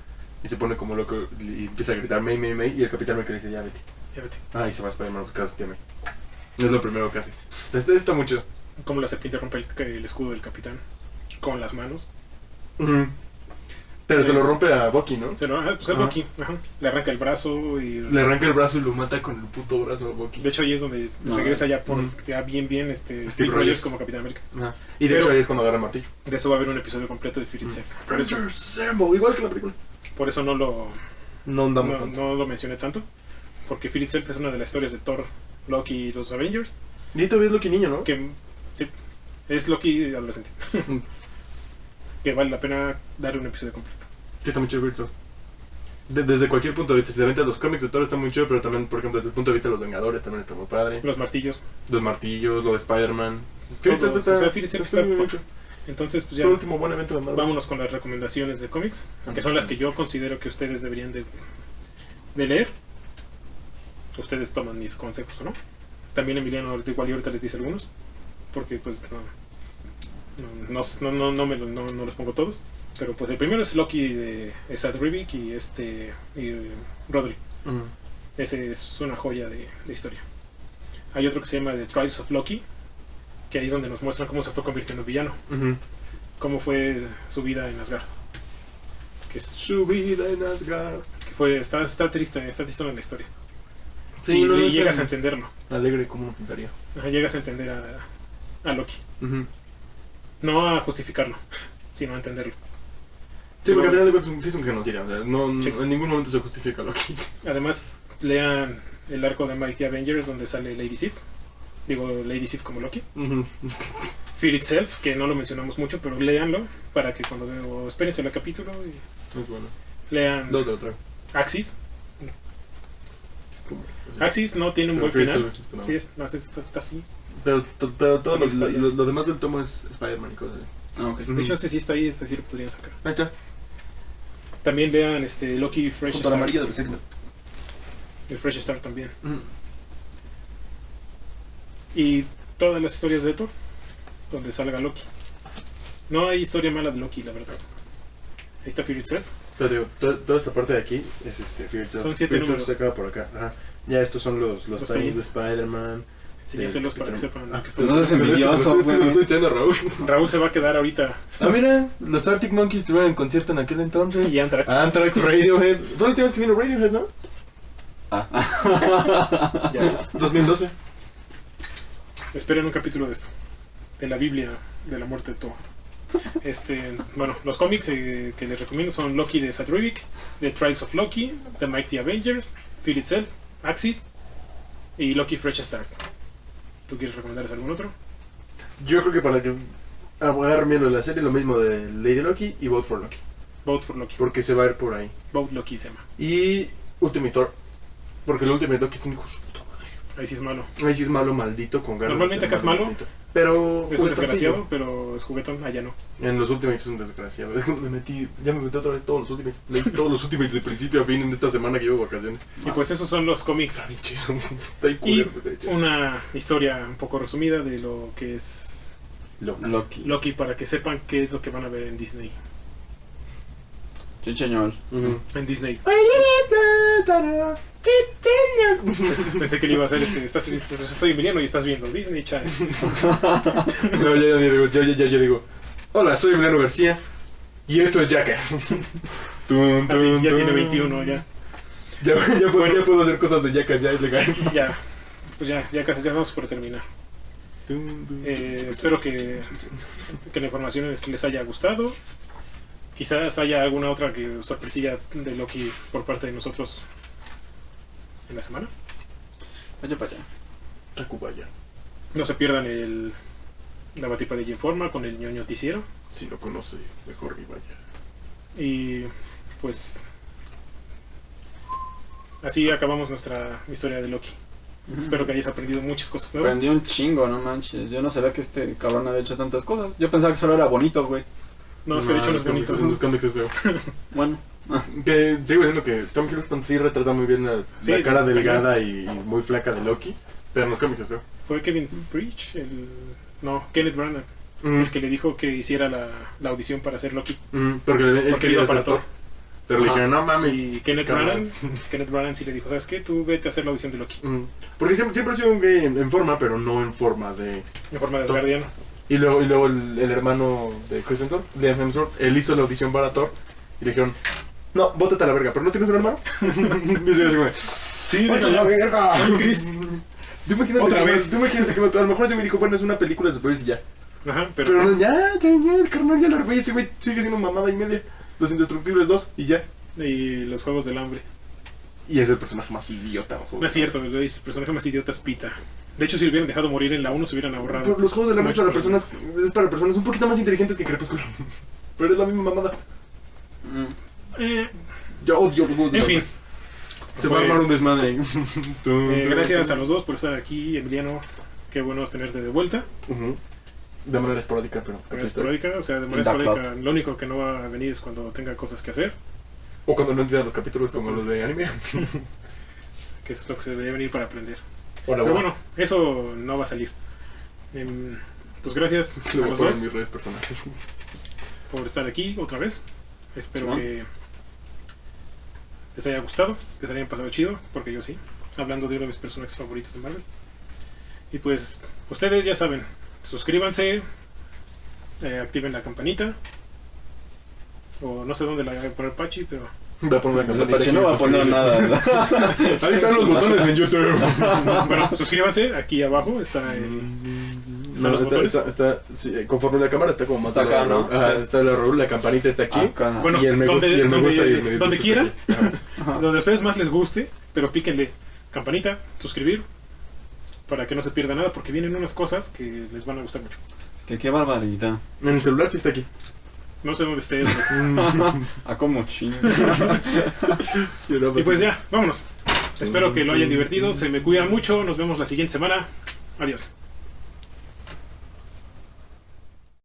[SPEAKER 2] y se pone como loco y empieza a gritar May, May, May. Y el Capitán América le dice, ya vete.
[SPEAKER 3] Ya vete.
[SPEAKER 2] Ah, y se va Spider-Man a buscar a su tía May. Es lo primero casi. Está, está mucho.
[SPEAKER 3] Como la serpiente rompe el, el escudo del capitán con las manos.
[SPEAKER 2] Pero se lo rompe a Bucky, ¿no?
[SPEAKER 3] Se lo, ah, pues algo
[SPEAKER 2] Ajá.
[SPEAKER 3] aquí. Ajá. Le arranca el brazo y.
[SPEAKER 2] Le arranca el brazo y lo mata con el puto brazo a Bucky.
[SPEAKER 3] De hecho, ahí es donde
[SPEAKER 1] No,
[SPEAKER 3] regresa ya por
[SPEAKER 2] mm.
[SPEAKER 3] ya bien, bien este, Steve,
[SPEAKER 2] Steve
[SPEAKER 3] Rogers.
[SPEAKER 2] Rogers.
[SPEAKER 3] como Capitán América.
[SPEAKER 2] Ajá. Ah, Y de
[SPEAKER 3] Pero-
[SPEAKER 2] hecho ahí es cuando agarra el martillo.
[SPEAKER 3] De eso va a haber un episodio completo de
[SPEAKER 2] Mm.
[SPEAKER 3] Fear Itself. Por eso,
[SPEAKER 2] Avengers Assemble, igual que la película.
[SPEAKER 3] por eso no, lo,
[SPEAKER 2] No andamos
[SPEAKER 3] no,
[SPEAKER 2] tanto.
[SPEAKER 3] no lo mencioné tanto. Porque Fear Itself es una de las historias de Thor, Loki y los Avengers.
[SPEAKER 2] Y todavía es Loki niño, ¿no?
[SPEAKER 3] Que sí, es Loki adolescente.
[SPEAKER 2] Mm.
[SPEAKER 3] que vale la pena darle un episodio completo.
[SPEAKER 2] Sí, está muy chido Virtual. De- desde cualquier punto de vista, si te aventas los cómics de Thor está muy chido, pero también, por ejemplo, desde el punto de vista de los Vengadores también está muy padre.
[SPEAKER 3] Los martillos.
[SPEAKER 2] Los martillos, lo de Spider-man.
[SPEAKER 3] Todos, o sea, Fear Itself está
[SPEAKER 2] muy
[SPEAKER 3] por-
[SPEAKER 2] mucho.
[SPEAKER 3] Entonces, pues
[SPEAKER 2] Fue
[SPEAKER 3] ya
[SPEAKER 2] el último buen evento de Marvel.
[SPEAKER 3] vámonos con las recomendaciones de cómics. Que son las que yo considero que ustedes deberían de, de leer. Ustedes toman mis consejos o no. También Emiliano ahorita igual y ahorita les dice algunos. Porque pues no. No, no, no, no me lo- no- no los pongo todos. Pero pues el primero es Loki de Sad Rivik y este y, eh, Rodri.
[SPEAKER 2] Ujú.
[SPEAKER 3] Ese es una joya de, de historia. Hay otro que se llama The Trials of Loki, que ahí es donde nos muestran cómo se fue convirtiendo en villano,
[SPEAKER 2] Ujú.
[SPEAKER 3] cómo fue su vida en Asgard. Que, es-
[SPEAKER 2] Su vida en Asgard.
[SPEAKER 3] que fue, está, está triste, está triste en la historia.
[SPEAKER 2] Sí,
[SPEAKER 3] y
[SPEAKER 2] no,
[SPEAKER 3] y
[SPEAKER 2] no, está
[SPEAKER 3] llegas a
[SPEAKER 2] bien.
[SPEAKER 3] entenderlo,
[SPEAKER 2] Alegre como una pintaría.
[SPEAKER 3] Ajá, llegas a entender a, a Loki. No a justificarlo, sino a entenderlo.
[SPEAKER 2] Sí, porque
[SPEAKER 3] Pero-
[SPEAKER 2] al final de cuentas es un- sí es un genocidio. O sea, no, no-
[SPEAKER 3] Sí.
[SPEAKER 2] en ningún momento se justifica Loki.
[SPEAKER 3] Además, lean el arco de Mighty Avengers donde sale Lady Sif. Digo, Lady Sif como Loki.
[SPEAKER 2] Ujú.
[SPEAKER 3] Fear Itself, que no lo mencionamos mucho, pero léanlo para que cuando veo, espérense el capítulo y
[SPEAKER 2] Es bueno.
[SPEAKER 3] Lean
[SPEAKER 2] Lo otro.
[SPEAKER 3] Axis.
[SPEAKER 2] Es como- es-
[SPEAKER 3] Axis no tiene Ah, un
[SPEAKER 2] Pero
[SPEAKER 3] buen
[SPEAKER 2] Fear
[SPEAKER 3] final.
[SPEAKER 2] Itself es una-
[SPEAKER 3] Sí, es- no, sí, está, está así.
[SPEAKER 2] Pero, to- pero todo lo,
[SPEAKER 3] Está bien.
[SPEAKER 2] lo- lo demás del tomo es Spider-Man y cosas así.
[SPEAKER 1] Ah, ok.
[SPEAKER 2] Ujú.
[SPEAKER 3] De hecho, este sí está ahí, este sí lo podrían sacar.
[SPEAKER 2] Ahí está.
[SPEAKER 3] También lean este, Loki Fresh
[SPEAKER 2] Junto al
[SPEAKER 3] Start.
[SPEAKER 2] amarillo de vecino.
[SPEAKER 3] El Fresh Start también.
[SPEAKER 2] Mm,
[SPEAKER 3] Y todas las historias de Thor, donde salga Loki. No hay historia mala de Loki, la verdad. Ahí está Fear Itself.
[SPEAKER 2] Pero digo, to- toda, esta parte de aquí es este Fear Itself.
[SPEAKER 3] Son siete
[SPEAKER 2] Fear Itself
[SPEAKER 3] números.
[SPEAKER 2] se acaba por acá. Ajá. Ya estos son los, los,
[SPEAKER 3] Los
[SPEAKER 2] tie-ins de
[SPEAKER 3] tie-ins.
[SPEAKER 2] Spider-Man.
[SPEAKER 3] Sí,
[SPEAKER 2] del
[SPEAKER 3] ya se los para que
[SPEAKER 2] Capitán-
[SPEAKER 3] sepan.
[SPEAKER 2] Ah,
[SPEAKER 3] que
[SPEAKER 1] entonces
[SPEAKER 3] estamos-
[SPEAKER 1] es envidioso,
[SPEAKER 2] Es que se lo
[SPEAKER 1] güey.
[SPEAKER 2] estoy echando a Raúl.
[SPEAKER 3] Raúl se va a quedar ahorita
[SPEAKER 2] Ah, mira, los Arctic Monkeys tuvieron concierto en aquel entonces. Ah,
[SPEAKER 3] y Anthrax.
[SPEAKER 2] Anthrax, Radiohead. Fue la última vez que vino Radiohead, ¿no?
[SPEAKER 1] Ah, ah.
[SPEAKER 3] Ya ves.
[SPEAKER 2] 2012.
[SPEAKER 3] Esperen un capítulo de esto. De la Biblia de la muerte de Thor. Este, bueno, los cómics eh, que les recomiendo son Loki de Satrivic, The Trials of Loki, The Mighty Avengers, Fear Itself, Axis y Loki Fresh Start. ¿Tú quieres recomendarles algún otro?
[SPEAKER 2] Yo creo que para que agarren bien lo de la serie, lo mismo de Lady Loki y Vote for Loki.
[SPEAKER 3] Vote for Loki.
[SPEAKER 2] Porque se va a ir por ahí.
[SPEAKER 3] Vote Loki se llama.
[SPEAKER 2] Y Ultimate Thor. Porque el Ultimate Loki es un hijo de su puta madre.
[SPEAKER 3] Ahí sí es malo.
[SPEAKER 2] Ahí sí es malo maldito con ganas. de
[SPEAKER 3] Normalmente
[SPEAKER 2] ser
[SPEAKER 3] acá es malo,
[SPEAKER 2] maldito. Pero.
[SPEAKER 3] Es un desgraciado, pero es juguetón. Allá no.
[SPEAKER 2] En los Ultimates es un desgraciado. Es como me metí, ya me metí otra vez todos los Ultimates. Leí todos los Ultimates de principio a fin en esta semana que llevo vacaciones.
[SPEAKER 3] Y pues esos son los cómics.
[SPEAKER 2] Está bien chido. Está bien
[SPEAKER 3] Y
[SPEAKER 2] culero, pero está bien chido.
[SPEAKER 3] una historia un poco resumida de lo que es
[SPEAKER 2] Loco.
[SPEAKER 1] Loki.
[SPEAKER 3] Loki para que sepan qué es lo que van a ver en Disney.
[SPEAKER 1] Sí, señor.
[SPEAKER 2] Ujú.
[SPEAKER 3] En Disney. Pensé que le iba a hacer este. Estás, soy Emiliano y estás viendo Disney Channel.
[SPEAKER 2] No, ya, ya, ya digo, ya, ya, ya, ya digo. Hola, soy Emiliano García y esto es Jackass. Tun,
[SPEAKER 3] Así,
[SPEAKER 2] tun,
[SPEAKER 3] Ah, ya
[SPEAKER 2] tun.
[SPEAKER 3] tiene 21, ya.
[SPEAKER 2] Ya, ya puedo, ya puedo hacer cosas de Jackass, ya es legal.
[SPEAKER 3] Ya. Pues ya, ya casi ya vamos por terminar.
[SPEAKER 2] Tun, tun,
[SPEAKER 3] Eh,
[SPEAKER 2] tun,
[SPEAKER 3] espero que, que la información les, les haya gustado. Quizás haya alguna otra que sorpresilla de Loki por parte de nosotros en la semana.
[SPEAKER 1] Vaya para allá.
[SPEAKER 2] Tacubaya.
[SPEAKER 3] No se pierdan el, la batipa de Informa con el ñoño noticiero.
[SPEAKER 2] Si lo conoce, mejor que vaya.
[SPEAKER 3] Y pues así acabamos nuestra historia de Loki. Espero que hayas aprendido muchas cosas nuevas.
[SPEAKER 1] Aprendí un chingo, no manches. Yo no sabía que este cabrón había hecho tantas cosas. Yo pensaba que solo era bonito, güey.
[SPEAKER 3] No, es que de hecho no es bonito.
[SPEAKER 2] En los cómics es feo.
[SPEAKER 1] Bueno,
[SPEAKER 2] Que sigo diciendo que Tom Hiddleston sí retrata muy bien la,
[SPEAKER 3] Sí,
[SPEAKER 2] la cara delgada y, y muy flaca de Loki, pero en los cómics es feo.
[SPEAKER 3] Fue Kevin Breach, el... No, Kenneth Branagh, el que le dijo que hiciera la, la audición para ser Loki.
[SPEAKER 2] Mm, porque él
[SPEAKER 3] Porque
[SPEAKER 2] quería
[SPEAKER 3] iba
[SPEAKER 2] ser
[SPEAKER 3] para Thor.
[SPEAKER 2] actor. Pero le
[SPEAKER 1] Ajá.
[SPEAKER 2] dijeron, no mames.
[SPEAKER 3] Y Kenneth
[SPEAKER 2] Cabrón.
[SPEAKER 3] Branagh, Kenneth Branagh sí le dijo, ¿sabes qué? Tú vete a hacer la audición de Loki.
[SPEAKER 2] Mm, Porque siempre, siempre ha sido un gay en, en forma, pero no en forma de...
[SPEAKER 3] En forma de Asgardiano.
[SPEAKER 2] Y luego, y luego el, el hermano de Christian Thor, Liam Hemsworth, él hizo la audición para Thor y le dijeron, no, bótate a la verga, pero no tienes un hermano. y se así como, de, sí,
[SPEAKER 3] Bótate a la
[SPEAKER 2] verga.
[SPEAKER 3] Chris.
[SPEAKER 2] Tú imagínate
[SPEAKER 3] Otra
[SPEAKER 2] que-
[SPEAKER 3] vez.
[SPEAKER 2] Tú imagínate que a lo mejor ese güey dijo, bueno, es una película de superhéroes y ya.
[SPEAKER 3] Ajá, pero...
[SPEAKER 2] Pero ya, ya, ya, el carnal ya lo arregló, y ese güey sigue siendo mamada y media. Los Indestructibles 2 y ya.
[SPEAKER 3] Y los Juegos del Hambre.
[SPEAKER 2] Y es el personaje más idiota.
[SPEAKER 3] No Pues es cierto, el el personaje más idiota es Pita. De hecho, si lo hubieran dejado morir en la 1, se hubieran ahorrado.
[SPEAKER 2] Pero los juegos de la
[SPEAKER 3] muchos
[SPEAKER 2] para personas es para personas un poquito más inteligentes que Crepúsculo. Pero es la misma mamada.
[SPEAKER 1] mm,
[SPEAKER 3] Eh,
[SPEAKER 2] Yo odio los juegos de
[SPEAKER 3] en
[SPEAKER 2] la
[SPEAKER 3] fin,
[SPEAKER 2] Se va a armar
[SPEAKER 3] Pues,
[SPEAKER 2] un desmadre.
[SPEAKER 3] eh, gracias a los dos por estar aquí, Emiliano. Qué bueno es tenerte de vuelta.
[SPEAKER 2] Ujú. De manera esporádica, pero
[SPEAKER 3] De
[SPEAKER 2] aquí
[SPEAKER 3] manera
[SPEAKER 2] estoy.
[SPEAKER 3] esporádica, o sea, de manera
[SPEAKER 1] Da club.
[SPEAKER 3] esporádica, lo único que no va a venir es cuando tenga cosas que hacer,
[SPEAKER 2] O cuando no entiendan los capítulos como los de anime.
[SPEAKER 3] que eso es lo que se debería venir para aprender.
[SPEAKER 2] Hola,
[SPEAKER 3] Pero bueno, eso no va a salir. Em, pues gracias
[SPEAKER 2] Lo voy
[SPEAKER 3] a
[SPEAKER 2] a
[SPEAKER 3] los
[SPEAKER 2] poner
[SPEAKER 3] dos
[SPEAKER 2] en mis redes personales.
[SPEAKER 3] por estar aquí otra vez. Espero
[SPEAKER 1] Simón.
[SPEAKER 3] que les haya gustado, que se hayan pasado chido, porque yo sí, hablando de uno de mis personajes favoritos de Marvel. Y pues, ustedes ya saben, suscríbanse, eh, activen la campanita, o no sé dónde la voy a poner Pachi, pero
[SPEAKER 2] Voy a
[SPEAKER 3] Pues
[SPEAKER 2] poner la
[SPEAKER 1] desde
[SPEAKER 2] campanita
[SPEAKER 1] Pache
[SPEAKER 2] aquí.
[SPEAKER 1] no va a poner nada.
[SPEAKER 2] Ahí están los botones en YouTube.
[SPEAKER 3] bueno, suscríbanse, aquí abajo está el... ¿Están
[SPEAKER 2] No,
[SPEAKER 3] los
[SPEAKER 2] está,
[SPEAKER 3] botones?
[SPEAKER 2] está, está- sí, conforme la cámara está como más
[SPEAKER 1] Está
[SPEAKER 2] larga,
[SPEAKER 1] acá, ¿no?
[SPEAKER 2] Ajá,
[SPEAKER 1] Sí.
[SPEAKER 2] está la Raúl, la campanita está aquí.
[SPEAKER 1] Acá.
[SPEAKER 3] Bueno,
[SPEAKER 2] y el me gusta
[SPEAKER 3] donde-
[SPEAKER 2] y el me
[SPEAKER 3] donde-
[SPEAKER 2] gusta y el me disgusta
[SPEAKER 3] donde
[SPEAKER 2] está
[SPEAKER 3] quiera.
[SPEAKER 2] aquí. Ajá.
[SPEAKER 3] donde a ustedes más les guste, pero píquenle campanita, suscribir, para que no se pierda nada, porque vienen unas cosas que les van a gustar mucho.
[SPEAKER 1] que qué barbaridad.
[SPEAKER 2] En el celular sí está aquí.
[SPEAKER 3] No sé dónde estés. güey.
[SPEAKER 1] Ah, como chingo.
[SPEAKER 3] y pues ya, vámonos. Espero que lo hayan divertido, se me cuidan mucho, nos vemos la siguiente semana. Adiós.